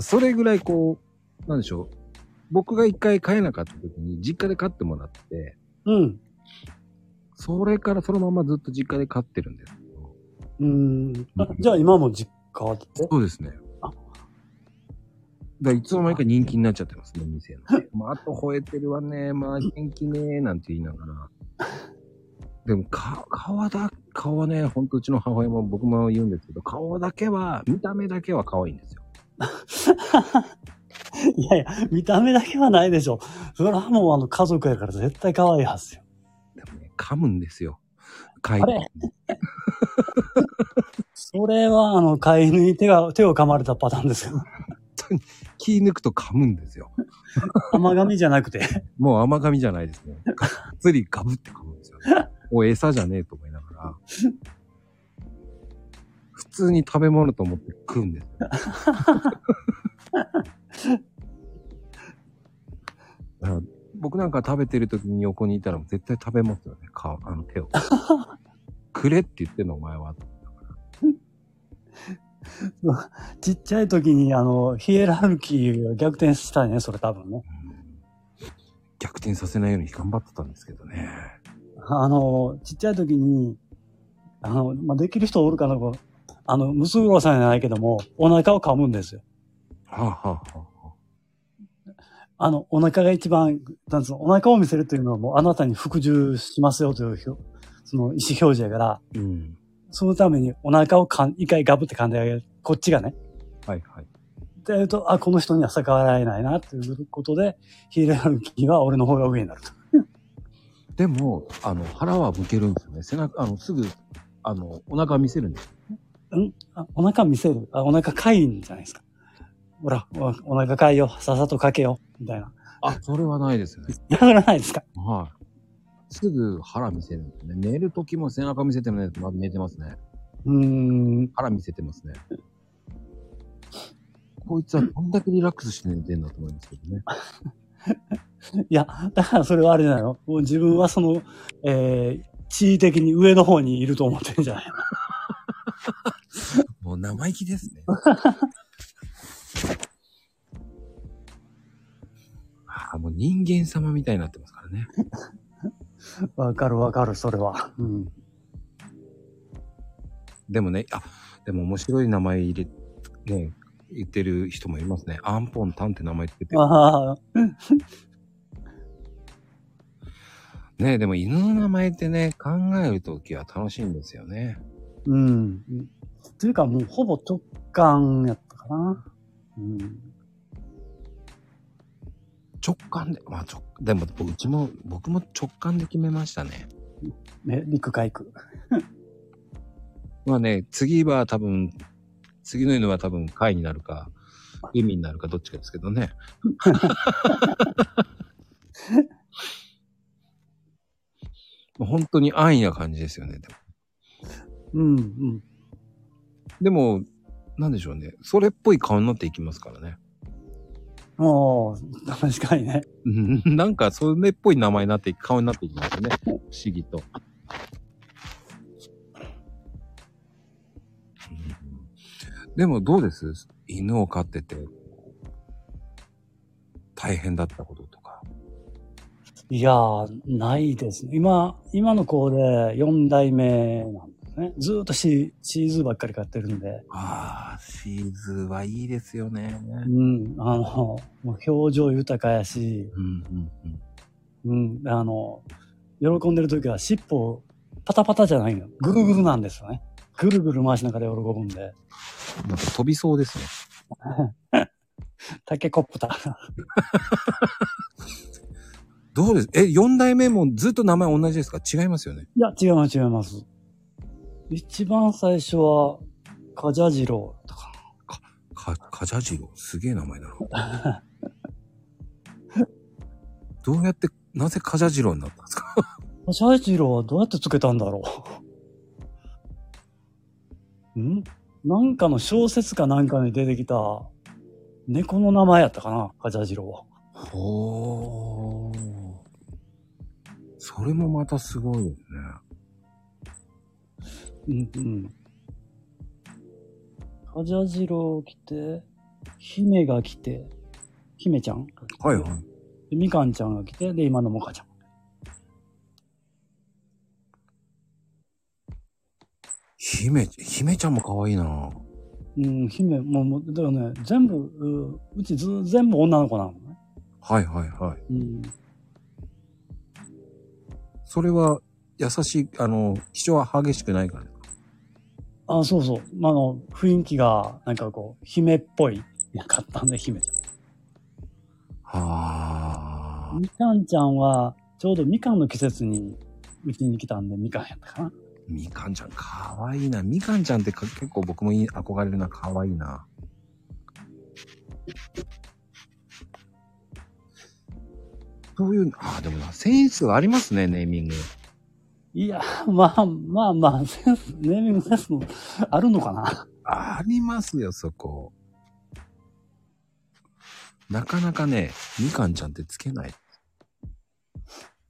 それぐらいこう、なんでしょう。僕が一回飼えなかった時に実家で飼ってもらって、
うん。
それからそのままずっと実家で飼ってるんですけど。
うん。あじゃあ今も実家って
そうですね。
あ
だからいつの間にか人気になっちゃってますね、店 の。まあ、あと吠えてるわね、まあ元気ねなんて言いながら。 でも、か、顔だ、顔はね、ほんとうちの母親も僕も言うんですけど、顔だけは、見た目だけは可愛いんですよ。
いやいや、見た目だけはないでしょ。それはもうあの家族やから絶対可愛いはずよ。
でもね、噛むんですよ。飼い
あれそれはあの飼い犬に手が、手を噛まれたパターンですよ。
気抜くと噛むんですよ。
甘噛みじゃなくて。
もう甘噛みじゃないですね。がっつりガブって噛むんですよ、ね。もう餌じゃねえと思いながら。普通に食べ物と思って食うんですよ。だから僕なんか食べてる時に横にいたら絶対食べますよね。顔、あの手を。くれって言ってんのお前は。
ちっちゃい時にあの、ヒエラルキーが逆転したね、それ多分ね。
逆転させないように頑張ってたんですけどね。
あの、ちっちゃい時に、あの、まあ、できる人おるかな、こうあの、ムツゴロウさんじゃないけども、お腹を噛むんですよ。
はあ、はあはあは
あの、お腹が一番、なんつうの、お腹を見せるというのはもうあなたに服従しますよという表、その意思表示やから、
あ、うん。
そのためにお腹をかん、一回ガブって噛んであげる。こっちがね。
はいはい。
で、言うと、あ、この人には逆らえないな、ということで、ヒエラルキーは俺の方が上になると。
でも、あの、腹は向けるんですよね。背中、あの、すぐ、あの、お腹見せるんです。
んあお腹見せるあ、お腹かいんじゃないですか。ほら、おお腹かいよ。さっさとかけよ。みたいな。
あ、それはないですね。
やらないですか。
はい。すぐ腹見せるんですね。寝る時も背中見せてもね、まだ寝てますね。
うーん。
腹見せてますね。こいつはどんだけリラックスして寝てんだと思いますけどね。
いや、だからそれはあれじゃないの。もう自分はその、えー、地位的に上の方にいると思ってるんじゃないの
もう生意気ですね。 あもう人間様みたいになってますからね。
わかるわかる、それは。うん。
でもね、あ、でも面白い名前入れ、ね、言ってる人もいますね。アンポンタンって名前つけてる。
ああ、
ね、でも犬の名前ってね、考えるときは楽しいんですよね。
うん。というかもうほぼ直感やったかな。うん。
直感で、まあ直、でもうちも、僕も直感で決めましたね。
ね、陸海空。
まあね、次は多分、次の犬は多分貝になるか、海になるかどっちかですけどね。本当に安易な感じですよね。でも
うん、うん。
でも、なんでしょうね。それっぽい顔になっていきますからね。
もう、確かにね。
うんなんか、それっぽい名前になって、顔になっていきますよね。不思議と。うんでも、どうです犬を飼ってて、大変だったこととか。
いやー、ないですね。今、今の子で4代目なんですね。ずーっとシーシーズーばっかり買ってるんで、
ああ、シーズーはいいですよね。
うん、あの、もう表情豊かやし、
うんうんうん。
うん、あの、喜んでる時は尻尾パタパタじゃないの。ぐるぐるなんですよね。ぐるぐる回しながら喜ぶんで。
なんか飛びそうですね。
タケコプター。
どうですえ、4代目もずっと名前同じですか違いますよね。
いや、違います、違います。一番最初は、カジャジローとか。
か、かじゃじろう。すげえ名前だろ。 どうやって、なぜかじゃじろうになったんですか
カジャジローはどうやってつけたんだろう。 んなんかの小説かなんかに出てきた、猫の名前やったかな、カジャジローは。
ほー。それもまたすごいよね。
うん、うん。カジャジロー来て、姫が来て、姫ちゃん
はいはい。
でみかんちゃんが来て、で、今のもかちゃん。
姫、姫ちゃんも可愛いな
うん、姫、もうもう、だからね、全部、ううちず全部女の子なのね。
はいはいはい。
うん。
それは、優しい、あの、気性は激しくないから。
あ、そうそう。まあ、あの、雰囲気が、なんかこう、姫っぽい。なかったんで、姫ちゃ
は
ん。
ー。
みかんちゃんは、ちょうどみかんの季節に、うちに来たんで、みかんやったかな。
みかんちゃん、可愛いな。みかんちゃんってか結構僕もいい憧れるな。可愛いな。そういう、ああ、でもな、センスがありますね、ネーミング。
いや、まあまあまあ、センス、ネーミングセンスもあるのかな。
ありますよ、そこ。なかなかね、みかんちゃんってつけない。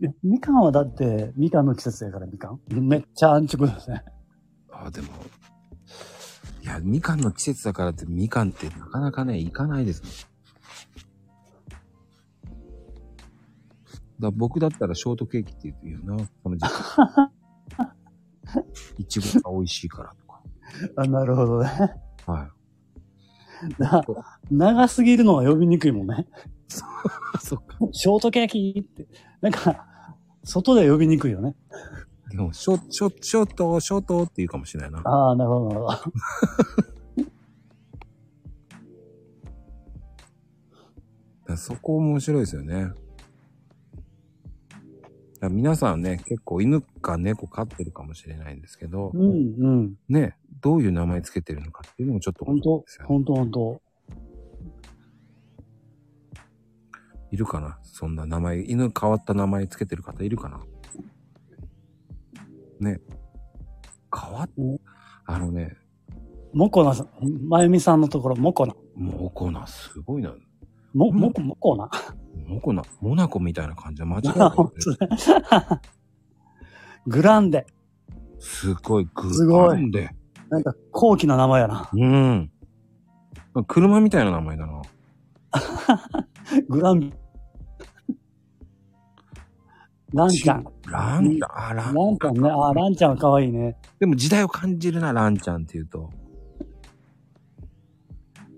いやみかんはだって、みかんの季節やからみかん。めっちゃ安直ですね。
ああ、でも、いや、みかんの季節だからって、みかんってなかなかね、いかないですね。だ僕だったらショートケーキって言うよな、この時期。いちごが美味しいからとか。
あなるほどね。
は
な長すぎるのは呼びにくいもん
い。
ね。
そっか。
ショートケーキって。なんか、外で呼びにくいよね。
でも、ショ、ショ、ショート、ショートって言うかもしれないな。
ああ、なるほど、なるほど。
だそこ面白いですよね。だ皆さんね、結構犬か猫飼ってるかもしれないんですけど、
うん、うん。
ね、どういう名前つけてるのかっていうのもちょっと
本当
ですよね
本当本当
いるかなそんな名前、犬変わった名前つけてる方いるかなね。変わっ
うん
あのね、
モコナさん、まゆみさんのところ、モコナ。
モコナ、すごいな。
も、
うん
モコ、モコナ。
モコナ、モナコみたいな感じで間違いない
本当ねグランデ。
すごい、グ
すごい
なんで。
なんか、高貴な名前やな。
うん。車みたいな名前だな。
グラン、ランちゃん。
ランちゃん、あ、ラン
ランちゃんね。ああ、ランちゃんは可愛いね。
でも時代を感じるな、ランちゃんって言うと。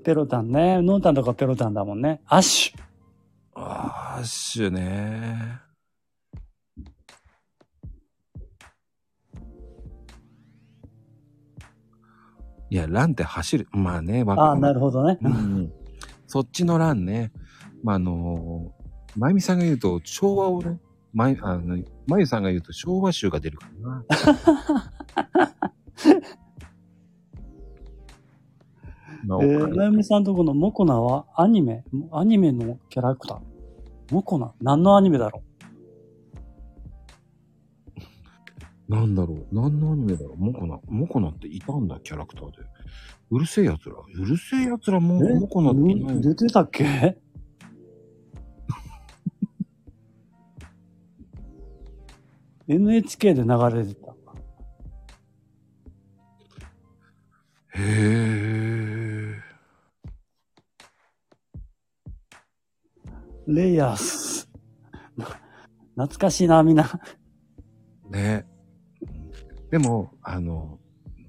ペロタンね。ノータンとかペロタンだもんね。アッシュ。
あーっしゅね。いや、ランって走る。まあね、わ
ああ、な
る。
るほどね。
うん。そっちのランね。まあ、あのー、まゆみさんが言うと、昭和をね、まゆ、あの、まゆさんが言うと昭和集が出るから な。まあ
えー、まゆみさんとこのモコナはアニメアニメのキャラクターモコナ何のアニメだろ
なんだろう。何のアニメだろう。モコナ。モコナっていたんだ、キャラクターで。うるせえ奴ら。うるせえ奴らも、
え
モコナっていないの
出てたっ け？NHK で流れてた。
へえ。
レイヤース。懐かしいな、みんな。
ね。でも、あの、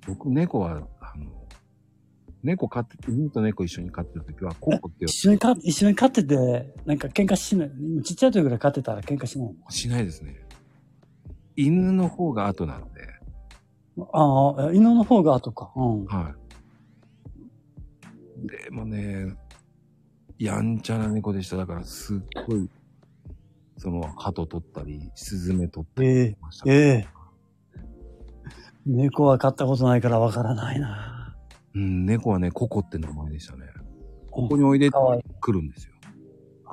僕、猫は、あの、猫飼ってて、犬と猫一緒に飼ってた時は、ココって呼
一緒にか、一緒に飼ってて、なんか喧嘩しない。ちっちゃい時ぐらい飼ってたら喧嘩しない。
ばしないですね。犬の方が後なので、
ああ、犬の方が後か。うん。
はい。でもね、やんちゃな猫でした。だから、すっごい、その、鳩取ったり、スズメ取ったり
え
しました。
え、ええ。猫は飼ったことないからわからないな。
うん、猫はね、ココって名前でしたね。
こ
ここにおいでって
かわい
来るんですよ。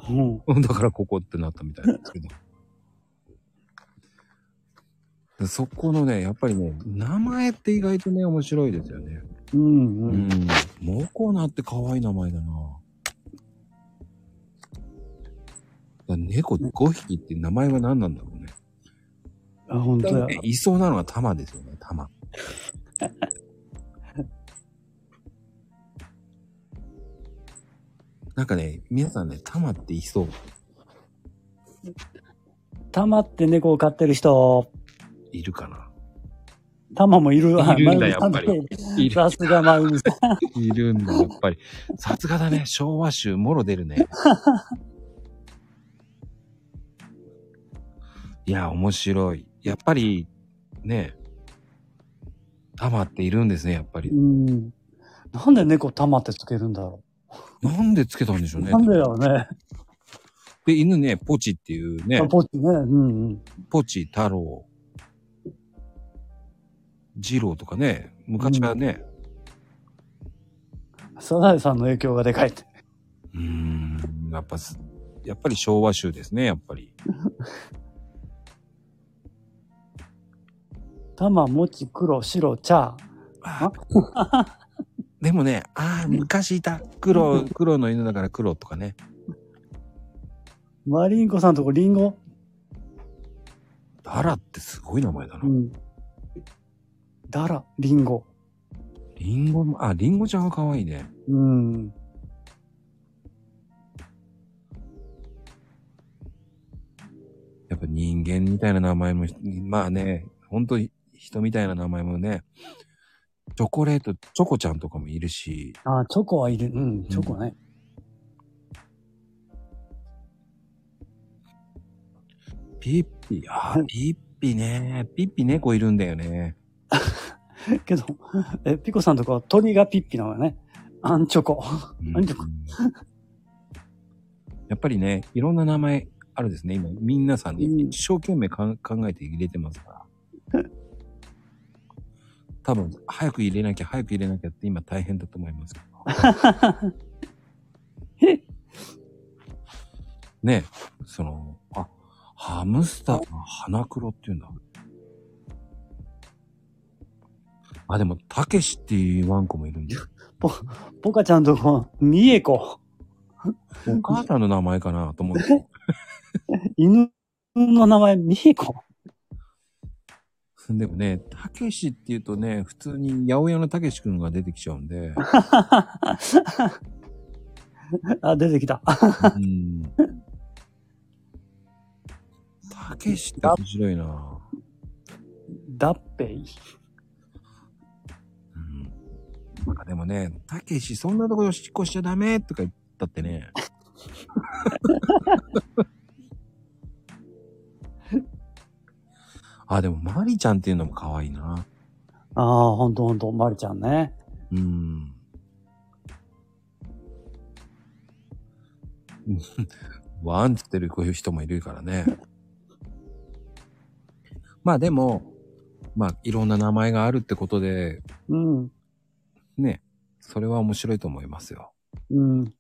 い。うん。
だからここってなったみたいなんですけど。でそこのね、やっぱりね、名前って意外とね、面白いですよね。
うん、
う
うん。
ん。モコナって可愛い名前だなだ猫5匹って名前は何なんだろうね。
あ、本当や。
いそうなのがタマですよね、タマ。なんかね、皆さんね、タマっていそう。
たまって猫を飼ってる人、
いるかな
たまもいるわ。
いるんだ
まゆみさ
やっぱり
ん
いる
さすがまゆみさん。
いるんだ、やっぱり。さすがだね、昭和集、もろ出る ね。いや、面白い。やっぱり、ね、タマっているんですね、やっ ぱり
う。ん。なんで猫たまってつけるんだろ
なんでつけたんでしょ
う。
うね。
なんでだろうね。
で、犬ね、ポチっていうね
あ、ポッチね。うんうん。
ポチ、太郎、ジローとかね、昔からね、
サザエさんの影響がでかいって。
うーん、やっぱす、やっぱり昭和集ですね、やっぱり。
たま、もち、黒、白、茶。
あでもね、ああ、昔いた。黒、黒の犬だから黒とかね。
マリンコさんとこリンゴ。
ダラってすごい名前だな
う。ん。だら、リンゴ。
リンゴも、あ、リンゴちゃんは可愛いね。
うん。
やっぱ人間みたいな名前も、まあね、ほんと人みたいな名前もね、チョコレート、チョコちゃんとかもいるし、
あ、チョコはいる。うん、チョコね。
ピッピ、あー、ピッピね。ピッピ猫いるんだよね。
けど、え、ピコさんとこは鳥がピッピなのよね。アンチョコ。
うん
なんでか
やっぱりね、いろんな名前あるですね。今、みんなさんね、
うん
一生懸命かん考えて入れてますから。多分、早く入れなきゃ、早く入れなきゃって今大変だと思いますけど。ね、その、あ、ハムスターが花黒っていうんだ。あ、でも、たけしっていうワンコもいるんだ。
ポカちゃんとこ、ミエコ。
お母さんの名前かなと思って。
犬の名前、ミエコ。
でもね、たけしっていうとね、普通に八百屋のたけしくんが出てきちゃうんで、
あ、出てきた。
うんたけしって面白いな、
ダッペイ。
うん、なんかでもね、たけしそんなところしっこしちゃダメとか言ったってね、あ、でもまりちゃんっていうのも可愛いな
ああ、ほんとほんと、マリちゃんね。
うん。ワンつってるこういう人もいるからね。まあでも、まあいろんな名前があるってことで、
うん。
ね、それは面白いと思いますよ。
うん。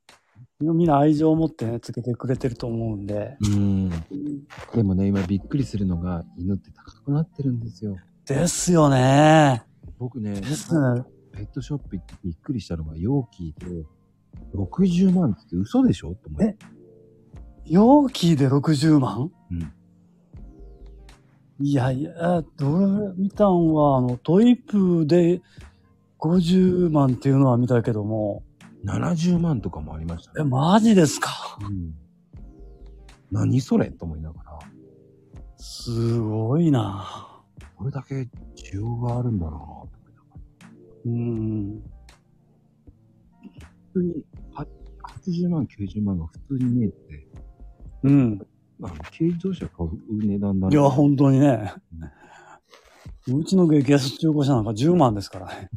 みんな愛情を持ってね、つけてくれてると思うんで。
うん。でもね、今びっくりするのが犬って高くなってるんですよ。
ですよね。
僕ね、
ですね。
ペットショップ行ってびっくりしたのが、容器で60万って嘘でしょと思って。
容器で60万
うん。
いやいや、どれ見たんは、あの、トイプーで50万っていうのは見たけども、
70万とかもありました
え、
ね。
マジですか。
うん、何それと思いながら、
すごいな
これだけ需要があるんだろうなと思いながら。普
うん。
通には80万、90万が普通に見えて、
うん。
あの軽自動車買う値段だ
いや、本当にね。うちの激安中古車なんか10万ですからね。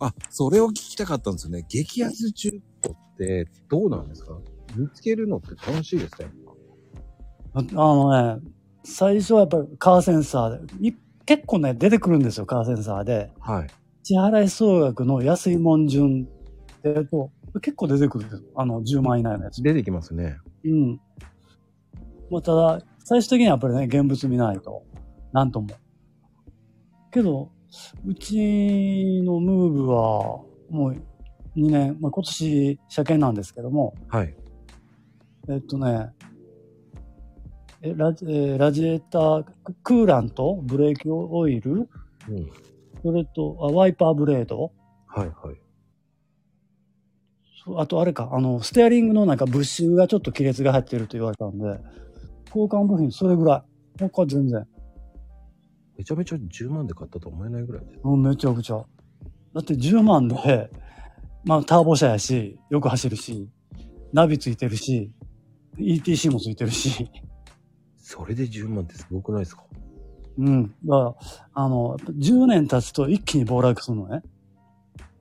あ、それを聞きたかったんですよね。激安中古ってどうなんですか見つけるのって楽しいですね。
ああのね、最初はやっぱりカーセンサーで、い結構ね、出てくるんですよ、カーセンサーで。
はい。
支払い総額の安いもん順で言うと、結構出てくるんですよあの、10万以内のやつ。
出てきますね。
うん。まあ、ただ、最終的にはやっぱりね、現物見ないと、なんとも。けど、うちのムーブは、もう2年、まあ、今年、車検なんですけども、
はい。
えっとね、えラジえーラジエーター、ククーラント、ブレーキオイル、
うん。
それと、あワイパーブレード、
はいはい。
そうあとあれか、あの、ステアリングのなんかブッシュがちょっと亀裂が入ってると言われたんで、交換部品それぐらい。他全然。
めちゃめちゃ10万で買ったと思えないぐらいです。
うん、めちゃくちゃ。だって10万で、まあターボ車やし、よく走るし、ナビついてるし、ETC もついてるし、
それで10万ってすごくないですか
うん。だから、あの、やっぱ10年経つと一気に暴落するのね。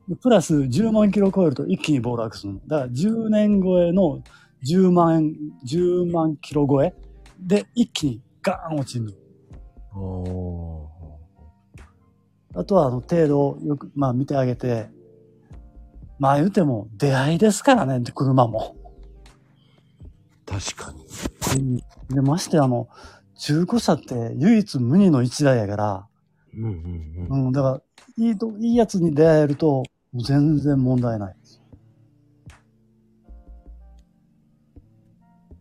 でプラス10万キロ超えると一気に暴落するの。だから10年超えの10万、10万キロ超えで一気にガーン落ちるの。
ああ。
あとは、あの、程度をよく、まあ見てあげて、まあ言うても出会いですからね、車も。
確かに。
で、ましてあの、中古車って唯一無二の一台やから、
うんうんうん。
うん、だから、いいと、いいやつに出会えると、もう全然問題ない。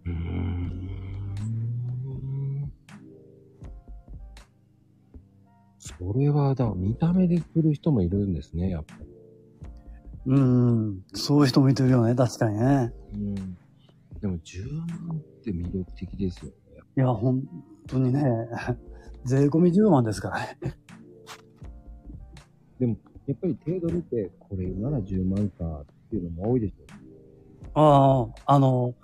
うーん。それは、だ、見た目で来る人もいるんですね、やっぱ。
うん、そういう人もいてるよね、確かにね。
うん。でも10万って魅力的ですよね。
いや、本当にね、 税込み10万ですからね。
やっぱり程度見て、これなら10万かっていうのも多いでしょ
ああ、あの、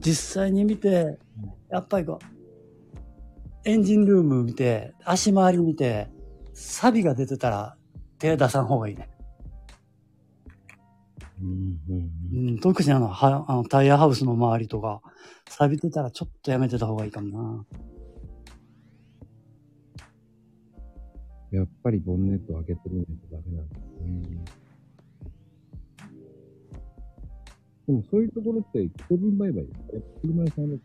実際に見て、やっぱりこう、エンジンルーム見て、足回り見て、錆が出てたら手出さん方がいいね。
うんうんうん。
うん、特にあの、はあのタイヤハウスの周りとか、錆びてたらちょっとやめてた方がいいかも
やっぱりボンネットを開けてみないとダメなんですね。でもそういうところって個人売買ですね。車屋さんの、
な。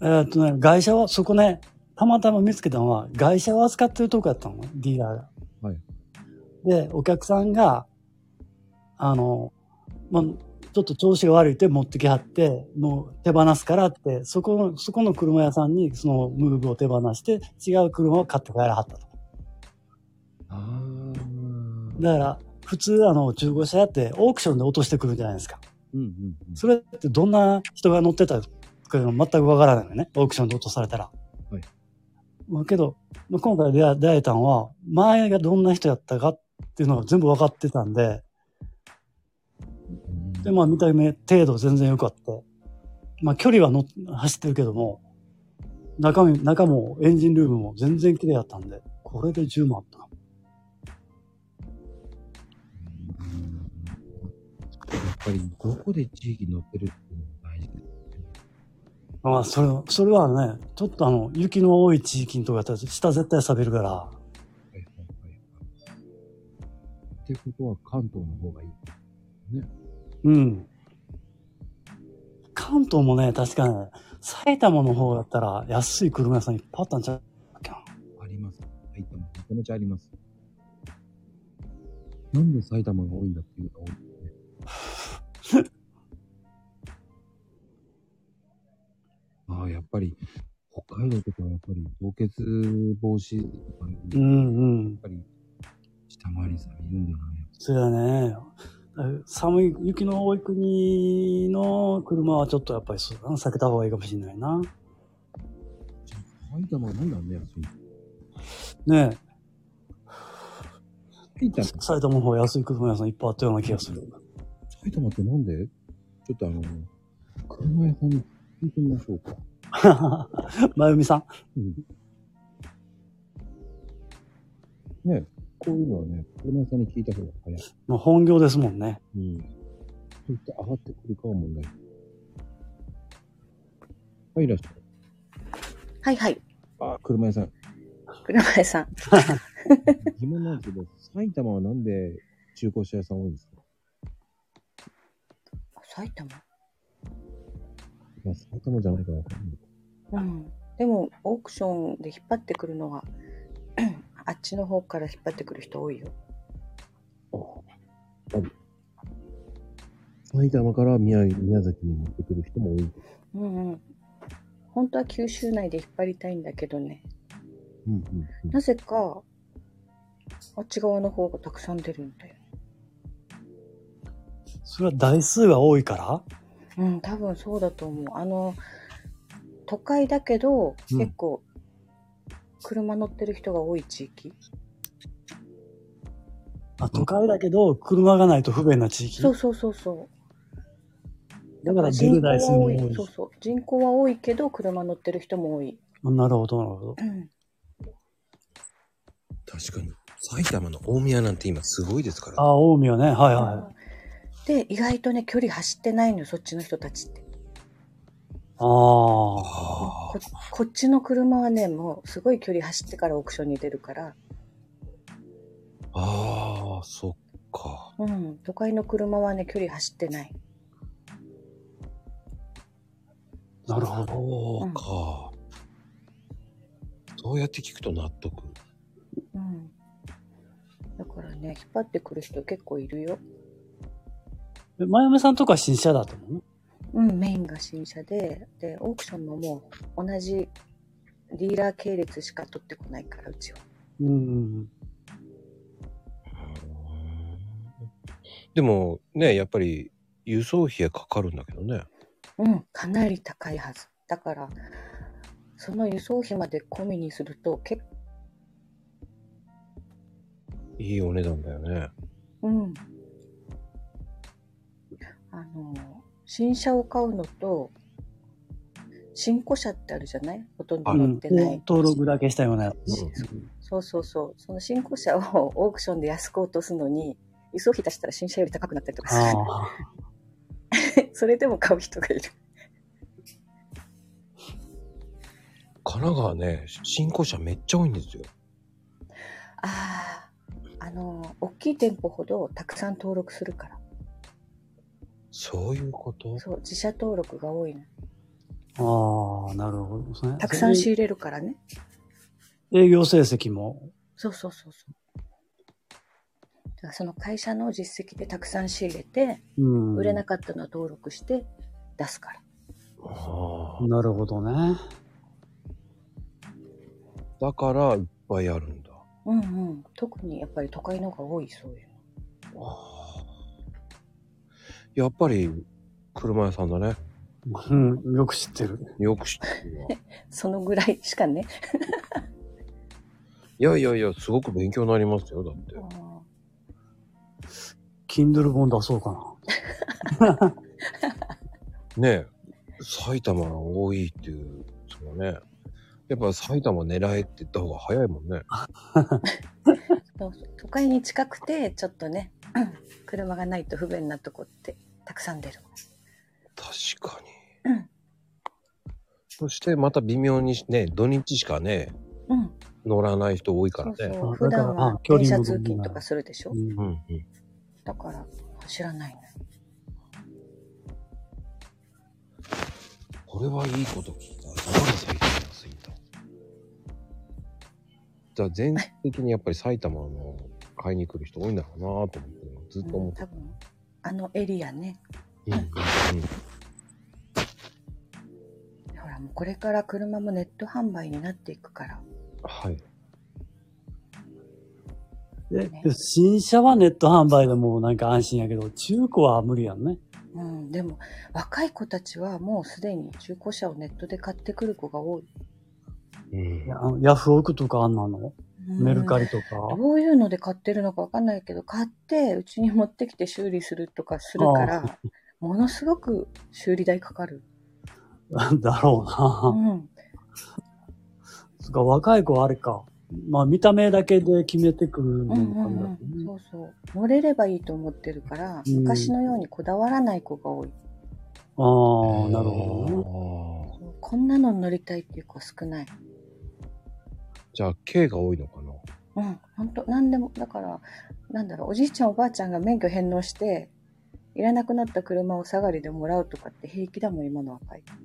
えーっとね、外車は、そこね、たまたま見つけたのは、外車を扱ってるとこやったのね、ディーラーが。
はい。
で、お客さんが、あの、まあ、ちょっと調子が悪いって持ってきはって、もう手放すからって、そこの、そこの車屋さんにそのムーブを手放して、違う車を買って帰らはったと。
あ
だから、普通あの、中古車やってオークションで落としてくるじゃないですか。
うんうんうん。
それってどんな人が乗ってたか全くわからないよね。オークションで落とされたら。
はい
まあけど、まあ、今回出会出会えたのは、前がどんな人やったかっていうのが全部分かってたんで、で、まあ見た目程度全然良かった。まあ距離はの走ってるけども、中身、中もエンジンルームも全然綺麗だったんで、これで10万あったか。
やっぱりどこで地域に乗ってるっていうのが大事です。
まあそれ、それはね、ちょっとあの、雪の多い地域のとこやったら下絶対錆びるから、
はいはいはいはい。ってことは関東の方がいい。
うん。関東もね、確かね、埼玉の方だったら安い車屋さんいっぱいあったんちゃう
あります。埼玉、めちゃめちゃあります。なんで埼玉が多いんだっていうのが多いですね。ああ、やっぱり、北海道とかはやっぱり凍結防止とか、ね、
う
やっ
んうん。
ぱり、下回りさんいるんだよね。
そうだね。え寒い、雪の多い国の車はちょっとやっぱりそうだな避けた方がいいかもしれないな。
埼玉は何なんだよ、安い。
ね
埼
え、
玉
埼玉の方は安い車屋さんいっぱいあったような気がする。
埼玉ってなんでちょっとあの、車屋さんに聞いてみましょうか。
まゆみさん。
うんねえこういうのはね、車屋さんに聞いた方が早い。
もう本業ですもんね。
うん。そして上がってくるかは問題。はい、いらっしゃい。
はいはい。
あ、車屋さん。
車屋さん。
疑問なんですけど、埼玉はなんで中古車屋さん多いんですか、
埼玉
まあ、埼玉じゃないからわかんない。
うん。でも、オークションで引っ張ってくるのは、 あっちの方から引っ張ってくる人多いよ。
埼玉から宮宮崎に持ってくる人も多い。
うんうん。本当は九州内で引っ張りたいんだけどね。
うんうんうん。
なぜか、あっち側の方がたくさん出るんだよ。
それは台数が多いから
うん、多分そうだと思う。あの、都会だけど、
うん
結構、車乗ってる人が多い地域。
あ都会だけど、車がないと不便な地域。
そうそうそうそう。
だから出る台数も多い。
そうそう。人口は多いけど、車乗ってる人も多い。
なるほど、なるほど。
うん
確かに。埼玉の大宮なんて今すごいですから。
あ、大宮ね。はいはい。
で、意外とね、距離走ってないのよ、そっちの人たちって。
あ
ああ。
ここっちの車はね、もうすごい距離走ってからオークションに出るから、
あ、ああ、そっか。
うん、都会の車はね、距離走ってない。
なるほど。
そうか。そうやって聞くと納得。
うん。だからね、引っ張ってくる人結構いるよ。
でまゆみさんとか新車だと思うね。
うん、メインが新車で、で、オークションももう同じディーラー系列しか取ってこないから、うちは。
うんうん
でもね、やっぱり輸送費はかかるんだけどね。
うん、かなり高いはず。だから、その輸送費まで込みにすると、結
いいお値段だよね。
うん。あの、新車を買うのと、新古車ってあるじゃないほとんど
うん。う
乗っ
ん
てない。
登録だけしたようなやつ。
そうそうそう。その新古車を オークションで安く落とすのに、輸送費足したら新車より高くなったりとか
あ
す
あ。
る。 それでも買う人がいる。
神奈川ね、新興車めっちゃ多いんですよ。
ああ、あの、大きい店舗ほどたくさん登録するから。
そういうこと
そう、自社登録が多いの。
ああ、なるほどですね。
たくさん仕入れるからね。
営業成績も。
そうそうそうそう。だからその会社の実績でたくさん仕入れて、
うん。
売れなかったのは登録して出すから。
ああ
なるほどね。
だからいっぱいあるんだ。
うんうん。特にやっぱり都会の方が多いそういう。
やっぱり車屋さんだね。
うん。よく知ってる。
よく知ってるわ。
そのぐらいしかね。
いやいやいや、すごく勉強になりますよ、だって。
Kindle 本出そうかな。
ねえ、埼玉が多いっていう、そのね、やっぱ埼玉狙えって言った方が早いもんね。
そう都会に近くて、ちょっとね、 車がないと不便なとこってたくさん出る。
確かに。
うん
そしてまた微妙にね、土日しかね、
うん。
乗らない人多いからね。
そう
う
そう。
あ
普段
だから
は
あ距
電
離
車
も
通勤とかするでしょ
う。ん
んうん。
だから走らないのよ。
あこれはいいこと聞いた。だから埼玉が好いた。じゃあ全体的にやっぱり埼玉の買いに来る人多いんだろうなと思って、ずっと
う
思
ん、
って。
多分あのエリアね
うんうんうん
ほらもうこれから車もネット販売になっていくから
はい。
で
ね
新車はネット販売でもうなんか安心やけど、中古は無理やんね。
うん、でも若い子たちはもうすでに中古車をネットで買ってくる子が多い、
うん
いやあのヤフオクとかあんなの、メルカリとか。
どういうので買ってるのかわかんないけど買ってうちに持ってきて修理するとかするか
あ
らものすごく修理代かかる、
だろう
う
な。
ん、
そっか若い子はあれか。まあ見た目だけで決めてくる
う
の
ん
か
うん
な。
うんそうそう乗れればいいと思ってるから
うん
昔のようにこだわらない子が多い
ああ、なるほどね。
ど。
こんなの乗りたいっていう子少ない
じゃあ、K が多いのかな
うん、本当何でもだからなんだろうおじいちゃんおばあちゃんが免許返納していらなくなった車を下がりでもらうとかって平気だもん今の若い
あ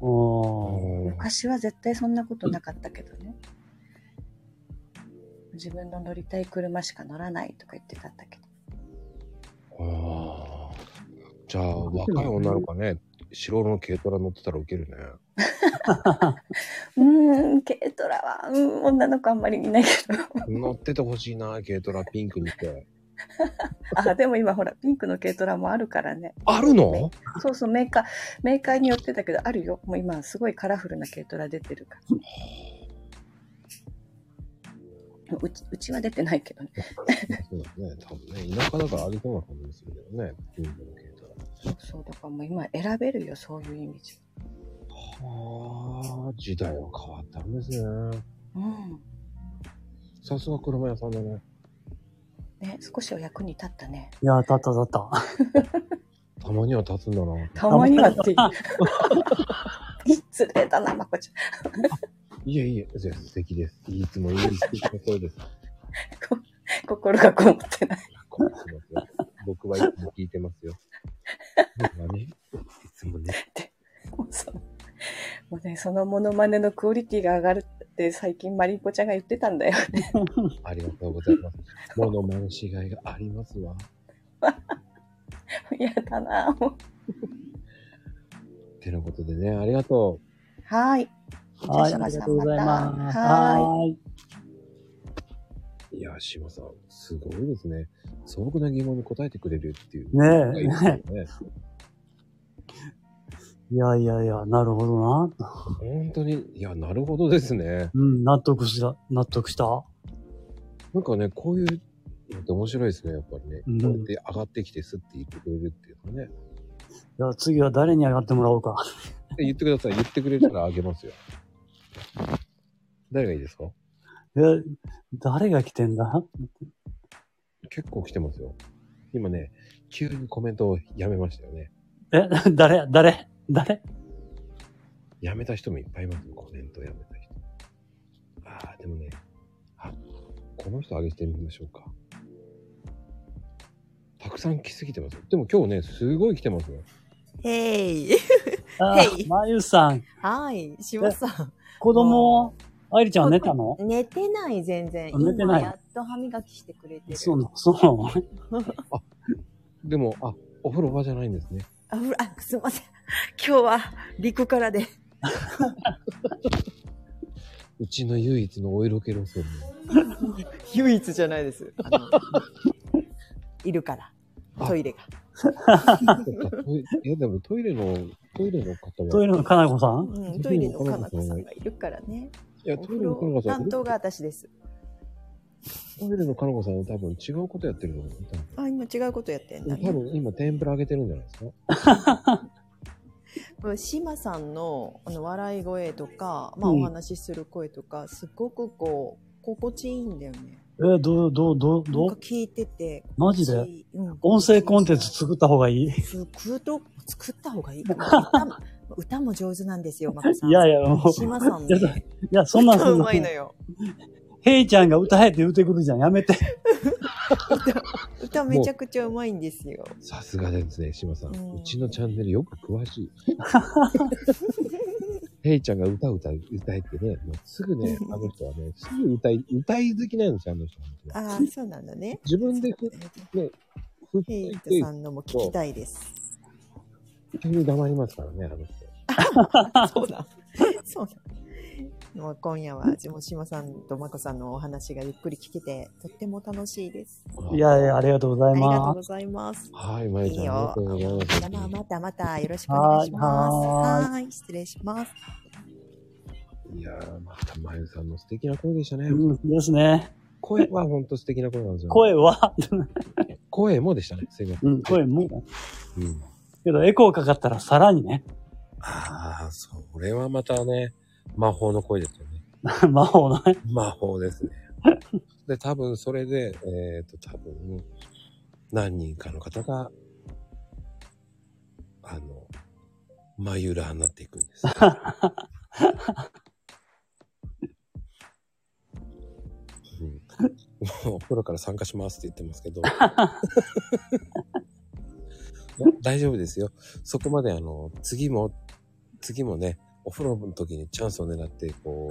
ー
昔は絶対そんなことなかったけどね自分の乗りたい車しか乗らないとか言ってたんだけど
ああ。じゃあ、若い女の子ね、白の軽トラ乗ってたらウケるね。
うーん軽トラはうーん女の子あんまりいないけ ど
乗っててほしいな、軽トラピンクにして。
あでも今ほらピンクの軽トラもあるからね
あるの
そうそうメーカーメーカーによってだけどあるよもう今すごいカラフルな軽トラ出てるからうちうちは出てないけどね
そうだね、多分ね。田舎だからありそうな感じでするけどね、ピンクの軽トラ。
そうそうだからもう今選べるよそういう意味じ
はあ、時代は変わったんですね。
ゃうん
さすが車屋さんだね。
ね少しは役に立ったね
いや、たったたった。
たまには立つんだな。
たまにはって失礼だなまこち
いえいえ、じゃあ素敵です。いつもより素敵な声です。
ゃんこ心がこもってない
こうしますよ僕はいつも聞いてますよ。僕はね、いつもね。
もうそのもうねそのモノマネのクオリティが上がるって最近マリンコちゃんが言ってたんだよ
ありがとうございます。ものまねしがいがありますわ。
嫌だなもう
てなことでね、ありがと
はい
はい、ありがとうございます。
は
はい。
う。いや、島さん、すごいですね。素朴な疑問に答えてくれるっていう。
ねえ
いいですね。
いやいやいや、なるほどな。
本当に、いや、なるほどですね。
うん、納得した。納得した。
なんかね、こういうのって面白いですね、やっぱりね。
うん
こうやって上がってきて、すって言ってくれるっていうのね。
じゃあ次は誰に上がってもらおうか。
で言ってください。言ってくれたらあげますよ。誰がいいですか
え、誰が来てんだ
結構来てますよ。今ね、急にコメントをやめましたよね。
え、 誰誰誰
やめた人もいっぱいいますよ、コメントをやめた人。ああ、でもね、あ、この人上げてみましょうか。たくさん来すぎてますよ。でも今日ね、すごい来てますよ。
へい。
あ
へい、
まゆさん、
はい、島さん。
子供、あいりちゃんは寝たの
寝てない、全然。
あ寝てない
今やっと歯磨きしてくれてる。
そうなの、そうなの。
でも、あ、お風呂場じゃないんですね。
あ、ほらあすいません。 今日は陸からで。
うちの唯一のお色気路線
唯一じゃないです。 あのいるから。トイレが。
の。トイレいや、でもトイレの、トイレの方
ト
は、
イ
い
レのかなこさん
うん、トイレのかなこさんがいるからね。
や、
お
トイレ
風
のかな
呂
こさん
担、当が私です。
トイレのかなこさんは多分違うことやってるの思う
あ、今違うことやってんだ。
多分今天ぷら揚げてるんじゃないですか
これ島さんのあの笑い声とか、まあ、
うん
お話しする声とか、すごくこう、心地いいんだよね。
え、どう、どう、どう、
な
ど
んか
う
聞いてて。
マジで
うん
音声コンテンツ作った方がいい
作ると、作った方がいいかな。歌も歌も上手なんですよ、マコさん。
いやいや、もう、
島さん
いや
ね。
い や、そんな、
歌
そ
うん
な
ま。いのよ。
ヘイちゃんが歌えって言うてくるじゃん。やめて。
豚めちゃくちゃうまいんですよ。
さすがですね、島さん。
うん
うちのチャンネルよく詳しい。 ヘイちゃんが歌歌い、歌えってね、もうすぐね、あの人はね、すぐ歌い、歌い好きなんですよ、あの人は。
ああ、そうなんだね。
自分でふ、ね、ふっつ
ヘイ
い
ト
て、
さんのも聞きたいです。
急に黙りますからね、あの人。
そうだ。そうだ。もう今夜は、下島さんとまこさんのお話がゆっくり聞けて、とっても楽しいです。
いやいや、ありがとうござ
あ
い
りがとう
ま
ございます。
あー。はい、まゆちゃん、
いい
ありが
よ
とうございます。
まあまたまたよろしくお願いします。
は
は
ー
ーい失礼します。
いやー、またまゆさんの素敵な声でしたね。
す。うん、ですね。
声は本当素敵な声なんですよ、ね。
声は、
声もでしたね、すいませ。
うんん、声も。
うん。
けど、エコーかかったらさらにね、
ああ、それはまたね、魔法の声ですよね。
魔法のね。
魔法ですね。で、多分それで、えっ、と、多分、何人かの方が、あの、マユラーになっていくんです。うん、もうプロから参加しますって言ってますけどいや大丈夫ですよそこまであの次も次もねお風呂の時にチャンスを狙ってこ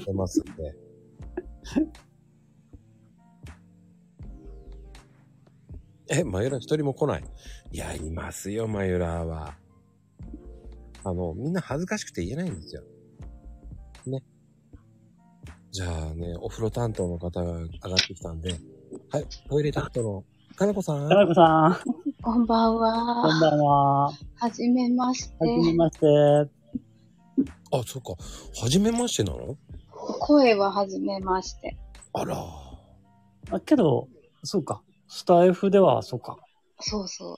う出ますんで。 え、マユラ一人も来ない。いや、いますよ、マユラは。あの、みんな恥ずかしくて言えないんですよ。ね。じゃあね、お風呂担当の方が上がってきたんで、はい、トイレ担当の、かなこさん
か。なこさん、
こんばん
こん
は。
ばんは。は
はじめまして。
じめまして。
あ、そっか。はじめましてなの
声ははじめまして。
あら。
あ、けど、そうか。スタイフでは、そうか。
そうそう。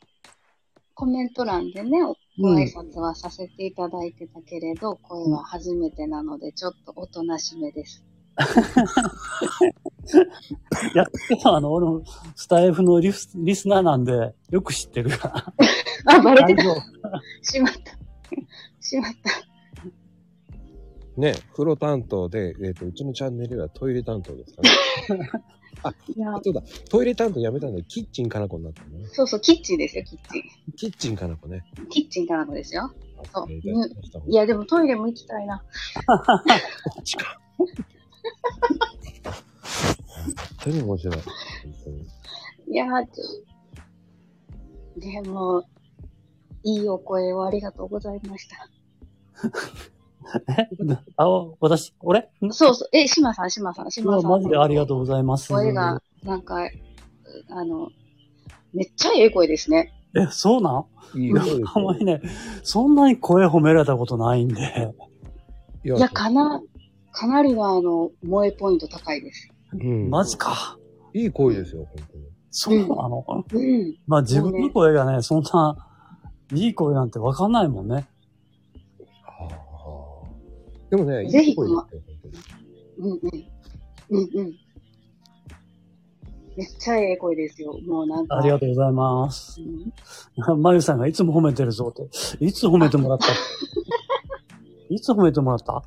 コメント欄でね、ご挨拶はさせていただいてたけれど、声は初めてなので、ちょっとおとなしめです。
やってたあの、俺もスタイフのリスリスナーなんで、よく知ってるか
あ、バ
ら。
レてた。
丈夫。
しまった。 しまった。
ね、風呂担当で、えっ、と、うちのチャンネルはトイレ担当です かね。
いや
あ、そうだ。トイレ担当やめたんで、キッチンかなこになったのね。
そうそう、キッチンですよ、キッチ
キッチンかなこね。
ン。キッチンからのですよ。そう
失礼いたしました
いや、でもトイレも行きたいな。
本当に面白い。本当に
いやー、ちょでも、いいお声をありがとうございました。
え あ、私、俺 ん
そうそう。え、島さん、島さん、
う
島
わ
さん。
マジでありがとうございます。
声が、なんか、うあの、めっちゃええ声ですね。
え、そうなん
いい
いや
声ですよ
あんまりね、そんなに声褒められたことないんで。
いや
いや、かな、かなりのあの、萌えポイント高いです。
うん
マジか。
いい声ですよ、本当に。
そうなの
うん。
まあ自分の声がね、そんな、いい声なんてわかんないもんね。
はあでもね、
ぜひ
いい声ですよ、本当に
うんうん。うんうん。めっちゃええ声ですよ。もうなんか。
ありがとうございます。
うん
まゆさんがいつも褒めてるぞって。いつ褒めても らったいつ褒めてもらった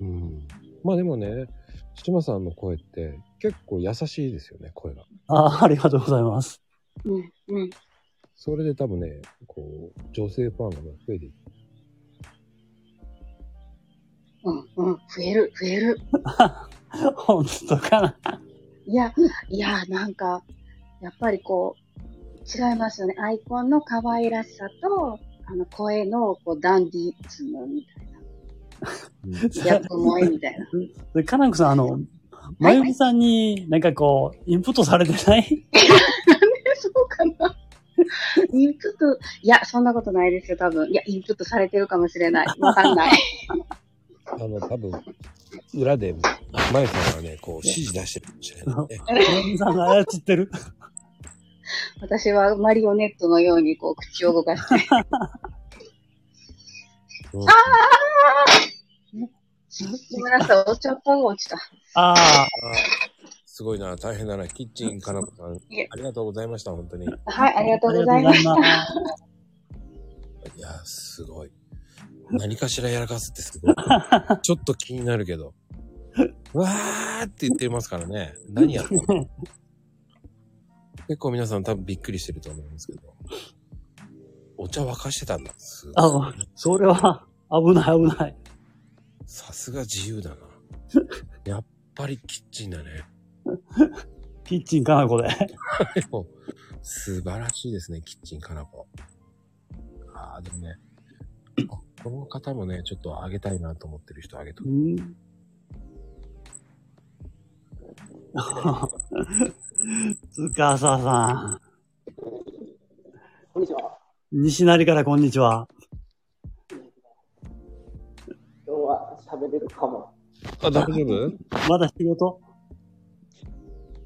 うん。まあでもね、島さんの声って結構優しいですよね、声が。
あありがとうございます。
うんうん。
それで多分ね、こう、女性ファンが増えていく。
うんうん。増える、増える。
本当かな。
いや、いや、なんか、やっぱりこう、違いますよね。アイコンの可愛らしさと、あの、声の、こう、ダンディズムみたいな、逆萌えみたいな。
で、かなこさん、あの、まゆみさんになんかこう、インプットされてない
そうかなインプット、いや、そんなことないですよ、多分。いや、インプットされてるかもしれない。わかんない。
あの、多分、裏で、マユさんはね、こう、指示出してるかもしれないね。
まゆみさんが操ってる。
私はマリオネットのように、こう、口を動かして。
うん
ごめんなさい、お茶っ葉が落ちた。
ああ、
あーすごいな、大変だな。キッチンかなこさん、あ
いえ
りがとうございました、本当に。
はい、ありがと
あ
う
り
ご
がと
ざ
う
い
ご
ま
ざ
す
い。ます。
いやー、すごい。何かしらやらかすってすごい。ちょっと気になるけど。わーって言ってますからね。何やってんの結構皆さん多分びっくりしてると思うんですけど。お茶沸かしてたんだ。すごい
あ、それは危ない危ない。
さすが自 由だな。やっぱりキッチンだね。
キッチンかな、これ。
もう素晴らしいですね、キッチンかなこ。ああ、でもね、ここの方もね、ちょっとあげたいなと思ってる人あげと
う
く。
ん つかささ
こんにちは。
ん、西成からこんにちは。
今日は喋れるかも。
あ、大丈夫
まだ仕事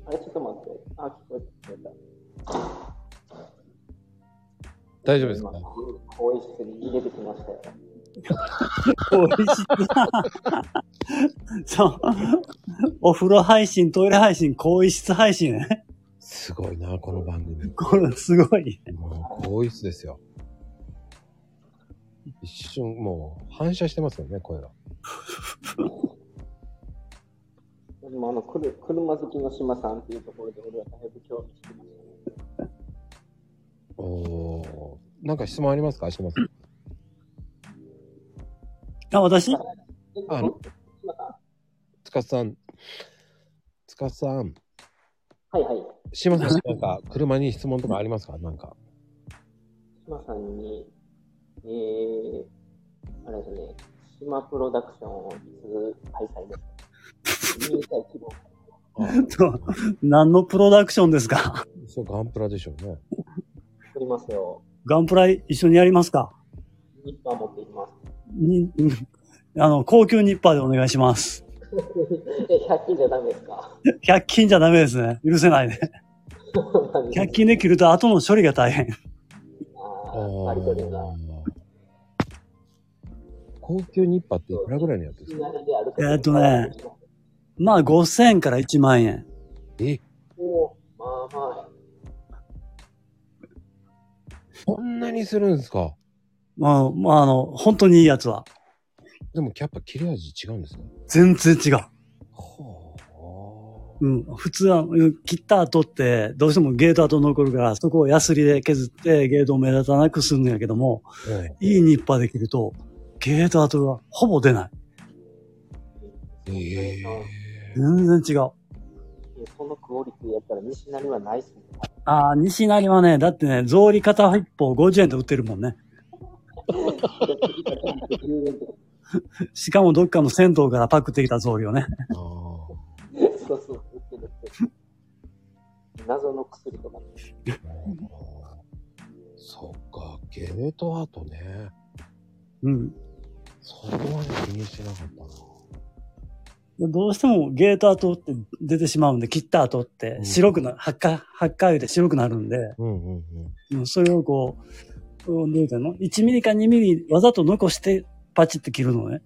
あれ、ちょっと待って。あ、聞こえてた。
大丈夫ですか
今、更衣室に入れてきましたよ。
おいしいな そう。お風呂配信、トイレ配信、更衣室配信ね。
すごいな、この番組。
これすごい。
もう、更衣室ですよ。一瞬、もう、反射してますよね、声が。
でも、あの、くる車好きの島さんっていうところで、俺はだいぶ興味してましたね。
おー。なんか質問ありますか島さん。
あ、私
え
あの
島さん。
つかさん。つかさ ん。
はいはい。
島さん、なんか、車に質問とかありますかなんか。
島さんに、えー、あれですね、島プロダクションをいつ開催ですか入会希望。
あ
と、何のプロダクションですか
そう、ガンプラでしょうね。
作りますよ。
ガンプラ一緒にやりますか
ニッパー持っていきます。
に、 あの、高級ニッパーでお願いします。
え、100均じゃダメですか
100均じゃダメですね。許せないね。100均で切ると後の処理が大変。
あ
あ
ーありとりが。
高級ニッパーっていくらぐらいのやつですか
えーっとね。まあ、5000円から1万円。
え、
おまあま
こんなにするんですか
まあ、まあ、あの、本当にいいやつは。
でもやっぱ切れ味違うんですね。
全然違う。
ほう。
うん、普通は、うん切った後って、どうしてもゲート跡残るから、そこをヤスリで削って、ゲートを目立たなくするんやけども、
はい。
いいニッパーで切ると、ゲート跡がほぼ出ない。
あ。
ええ
全然違う。
そのクオリティやったら西成はないっすね。
ああ、西成はね、だってね、草履片一方50円で売ってるもんね。しかもどっかの銭湯からパクってきた草履をね。
ああ。
そうそう、売ってる売ってる謎の薬とか。
そっか、ゲートアートね。
うん。
そこはね、気にしてなかったな。
どうしてもゲート跡って出てしまうんで、切った跡って白くな、発火、発火油で白くなるんで、
うんうんうん。
うんそれをこう、うんどう言うたらいいの ?1 ミリか2ミリわざと残してパチって切るのね。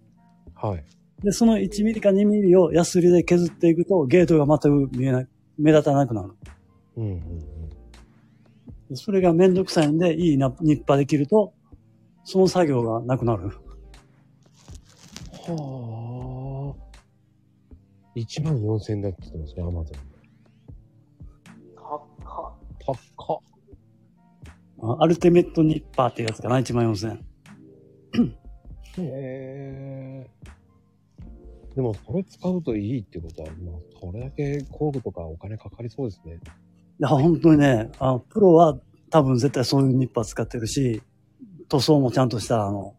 はい。
で、その1ミリか2ミリをヤスリで削っていくと、ゲートが全く見えな目立たなくなる。
うんうんうん。
でそれがめんどくさいんで、いいなニッパーで切ると、その作業がなくなる。
はあ。1万4000円だって言ってますね、アマゾン。
かっか。
高っ。
あアルティメットニッパーってやつかな、1万4000円。
へえ。でも、それ使うといいってことは、まあ、それだけ工具とかお金かかりそうですね。
いや、本当にね、あのプロは多分絶対そういうニッパー使ってるし、塗装もちゃんとした、あの、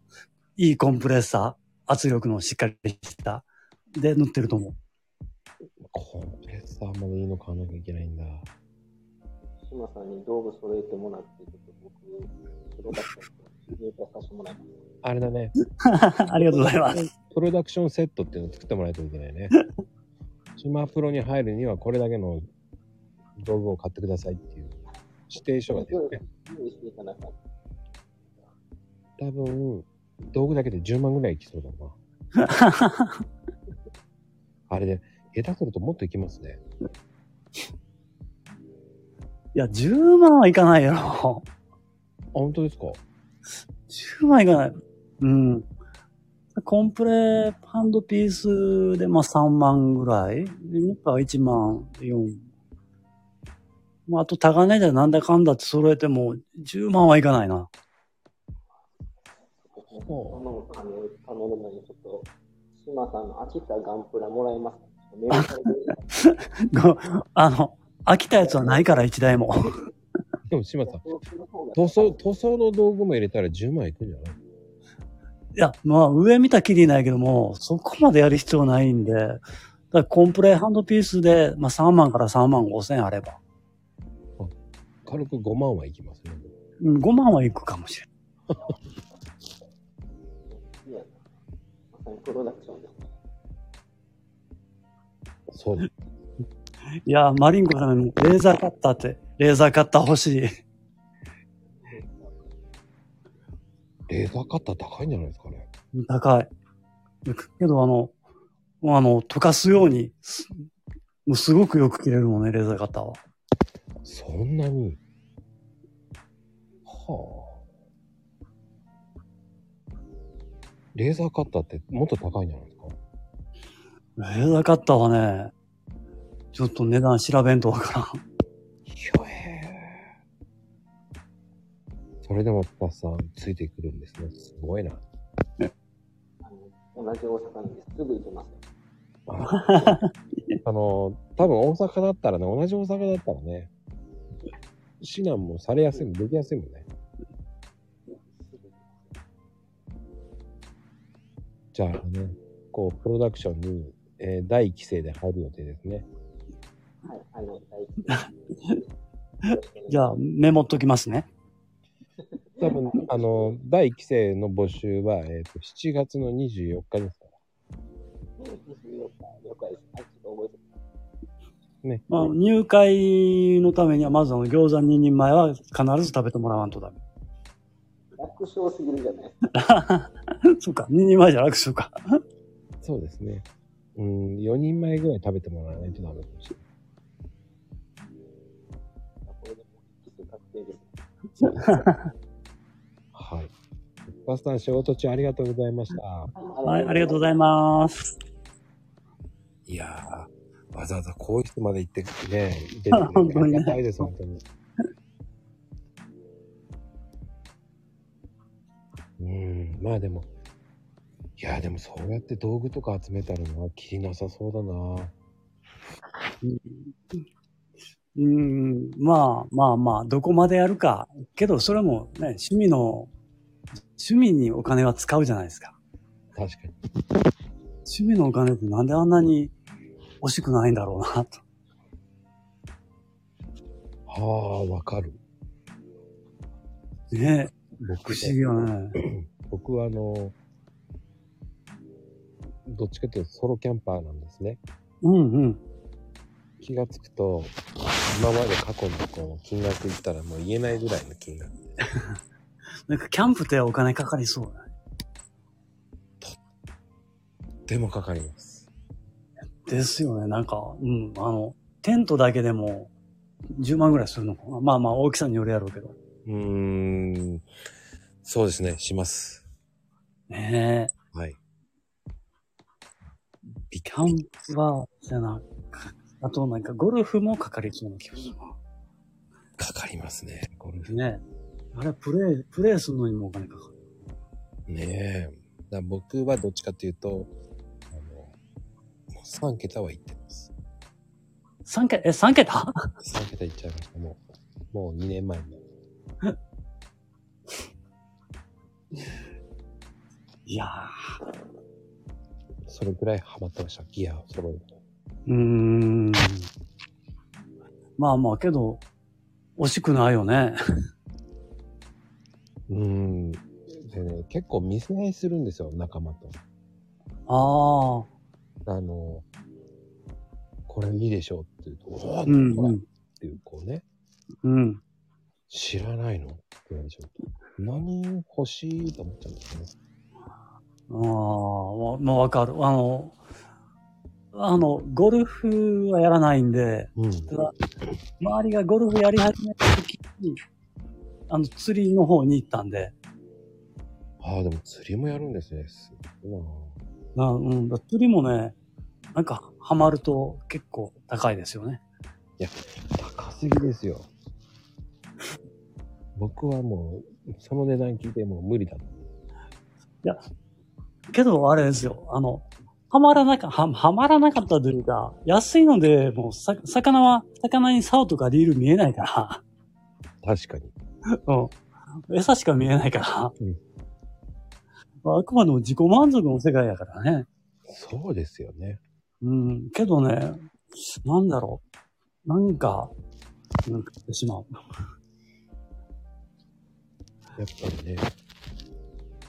いいコンプレッサー、圧力のしっかりした、で塗ってると思う。
コンプレッサーまでいいの買わなきゃいけないんだ。
島さんに道具揃えてもらって、ちょっと僕、プロダクション入会させてもらいます。
あれだね。
ありがとうございます。
プロダクションセットっていうのを作ってもらえないといけないね。島プロに入るにはこれだけの道具を買ってくださいっていう指定書が出るね。
用意していかなかっ
多分、道具だけで10万ぐらいいきそうだな。あれで、下手するともっといきますね。
いや、10万はいかないや ろ。
あ、本当ですか
10万はいかない。うん。コンプレハンドピースでまあ3万ぐらい。でニッパーが1万4。まああと高値でなんだかんだって揃えても10万はいかないな。
このあの頼むのにちょっと、島さんの飽きたガンプラもらえますかメーカーで
ご あの、飽きたやつはないから1台も。
でも、島さん、
その方が
塗装、塗装の道具も入れたら10万いくんじゃない
いや、まあ上見たきりないけども、そこまでやる必要ないんで、だからコンプレハンドピースで、まあ3万から3万5千あれば。
軽く5万はいきますね。
うん5万はいくかもしれない。
いいやな。まさにプロダクションです。
そう。
いや、マリンコさん、レーザーカッターって、レーザーカッター欲しい。
レーザーカッター高いんじゃないですかね。
高い。けどあの、もうあの、溶かすように、すもうすごくよく切れるもんね、レーザーカッターは。
そんなに。はあ。レーザーカッターってもっと高いんじゃないですか
レーザーカッターはね、ちょっと値段調べんとわからん。
ひょえー。それでもパパさんついてくるんですね。すごいな。
あの同じ大阪なんですぐ行きますよ。
あの、多分大阪だったらね、同じ大阪だったらね、指南もされやすいもん、できやすいもんね。じゃあね、こう、プロダクションに、えー第一期生で入る予定ですね。
はい、あの、大好き
じゃあ、メモっときますね。
多分、あの、第一期生の募集は、えっ、と、7月の24日ですから。
了解です。あ、ちょっと覚えて
ね。
まあ、入会のためには、まずあの、餃子2人前は必ず食べてもらわんとダメ。
楽勝すぎるじゃないです
そうか、2人前じゃ楽勝か。
そうですね。うん、4人前ぐらい食べてもらわないとダメかもしれない。
か。これでもう一気に確定です。
はい。バスさん、仕事中ありがとうございました。
はい、ありがとうございます。
いや
ー、わざわざこういう人まで行ってね、出てくれて
本当に
あ
ね
りがたいです、本当に。 うん、まあでも、いや、でもそうやって道具とか集めたらな、気なさそうだな。
うん、まあまあまあ、どこまでやるか。けど、それもね、趣味の、趣味にお金は使うじゃないですか。
確かに。
趣味のお金ってなんであんなに惜しくないんだろうな、と。
ああ、わかる。
ねえ
僕
不思議よ ね。
僕はあの、どっちかというとソロキャンパーなんですね。
うんうん。
気がつくと、今まで過去のこう金額言ったらもう言えないぐらいの金額。
なんか、キャンプってお金かかりそうだね
でもかかります。
ですよね。なんか、うん、あの、テントだけでも10万ぐらいするのかな。まあまあ、大きさによるやろうけど。
うーん。そうですね、します。
ねえ。
はい。ビ
キャンプは、じゃな、あとなんか、ゴルフもかかりそうな気がするな。
かかりますね。ゴルフ
ね。あれ、プレイ、プレイするのにもお金かかる。
ねえ。だから僕はどっちかっていうと、あの、もう3桁はいってます。
3桁、え、3桁
3桁いっちゃいました。もう、もう2年前に。
いや
それぐらいハマってました。ギアを揃えるの。
ー。うーん。まあまあ、けど、惜しくないよね。
うーん。でね、結構見せ合いするんですよ、仲間と。
ああ。
あの、これいいでしょうっていうと、おー
うん、
ほら
う
っ
ん。
ていう、こうね、
うん。
知らないのって言われちゃうと、何欲しいと思っちゃうんですよね。
ああ、わまあわかる。あの、あの、ゴルフはやらないんで、
うん。
周りがゴルフやり始めた時に、あの、釣りの方に行ったんで、
ああ、でも釣りもやるんですね。すごいな
あうん、だ釣りもね、なんかハマると結構高いですよね。
高すぎですよ。僕はもう、その値段聞いてもう無理だ。
けどあれですよ、あの、ハマらなか、ははまらなかったというか、安いので、もうさ、魚は、魚に竿とかリール見えないか
確かに。
ら、うん。餌しか見えないから、
うん
まああくまでも自己満足の世界やからね。
そうですよね。
うん、けどね、なんだろう。なんか、うん、食ってしまう。
やっぱりね、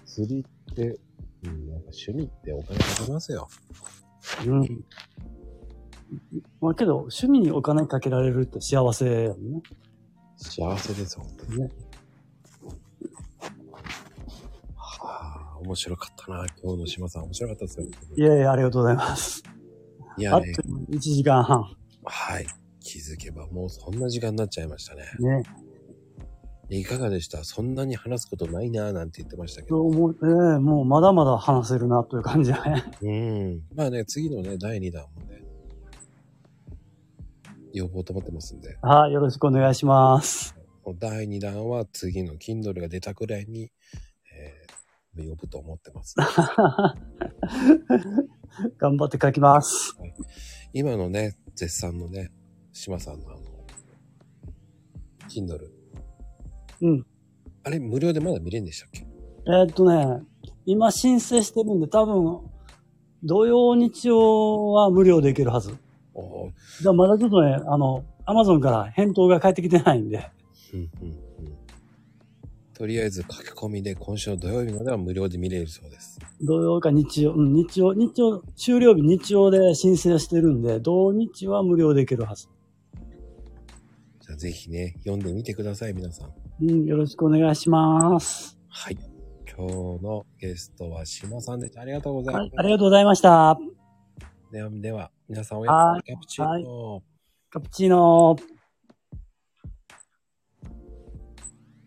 釣りって、うん、なんか趣味ってお金かけますよ。
うん。まあけど、趣味にお金かけられるって幸せやもんね。
幸せです、本当に
ね。
はあ、面白かったな、今日の島さん。面白かったですよ。
いやいや、ありがとうございます。
い
あ
や
っと
ね、
いう間に1時間半。
はい。気づけばもうそんな時間になっちゃいましたね。
ね。
いかがでしたそんなに話すことないなぁなんて言ってましたけ
そ
ど。
う思う、ええもうまだまだ話せるなという感じだね。
うん。まあね、次のね、第2弾もね、呼ぼうと思ってますんで、
はい、よろしくお願いします。
第2弾は次の Kindle が出たくらいに、えー呼ぶと思って ます。
頑張って書きます。
今のね、絶賛のね、島さんのあの、Kindle。
うん。
あれ、無料でまだ見れんでしたっけ
えーっとね、今申請してるんで、多分、土曜日曜は無料でいけるはず。
おー
じゃあまだちょっとね、あの、アマゾンから返答が返ってきてないんで。
うんうんうん。とりあえず書き込みで今週の土曜日までは無料で見れるそうです。
土曜か日曜、うん、日曜、日曜、終了日日曜で申請してるんで、土日は無料でいけるはず。
じゃあぜひね、読んでみてください、皆さん。
うん、よろしくお願いします。
はい。今日のゲストは島さんでした。ありがとうござい
は
ま
い
す、。
ありがとうございました。
では、では皆さんおやすみなさい。キャプチーノ
カプチーノー。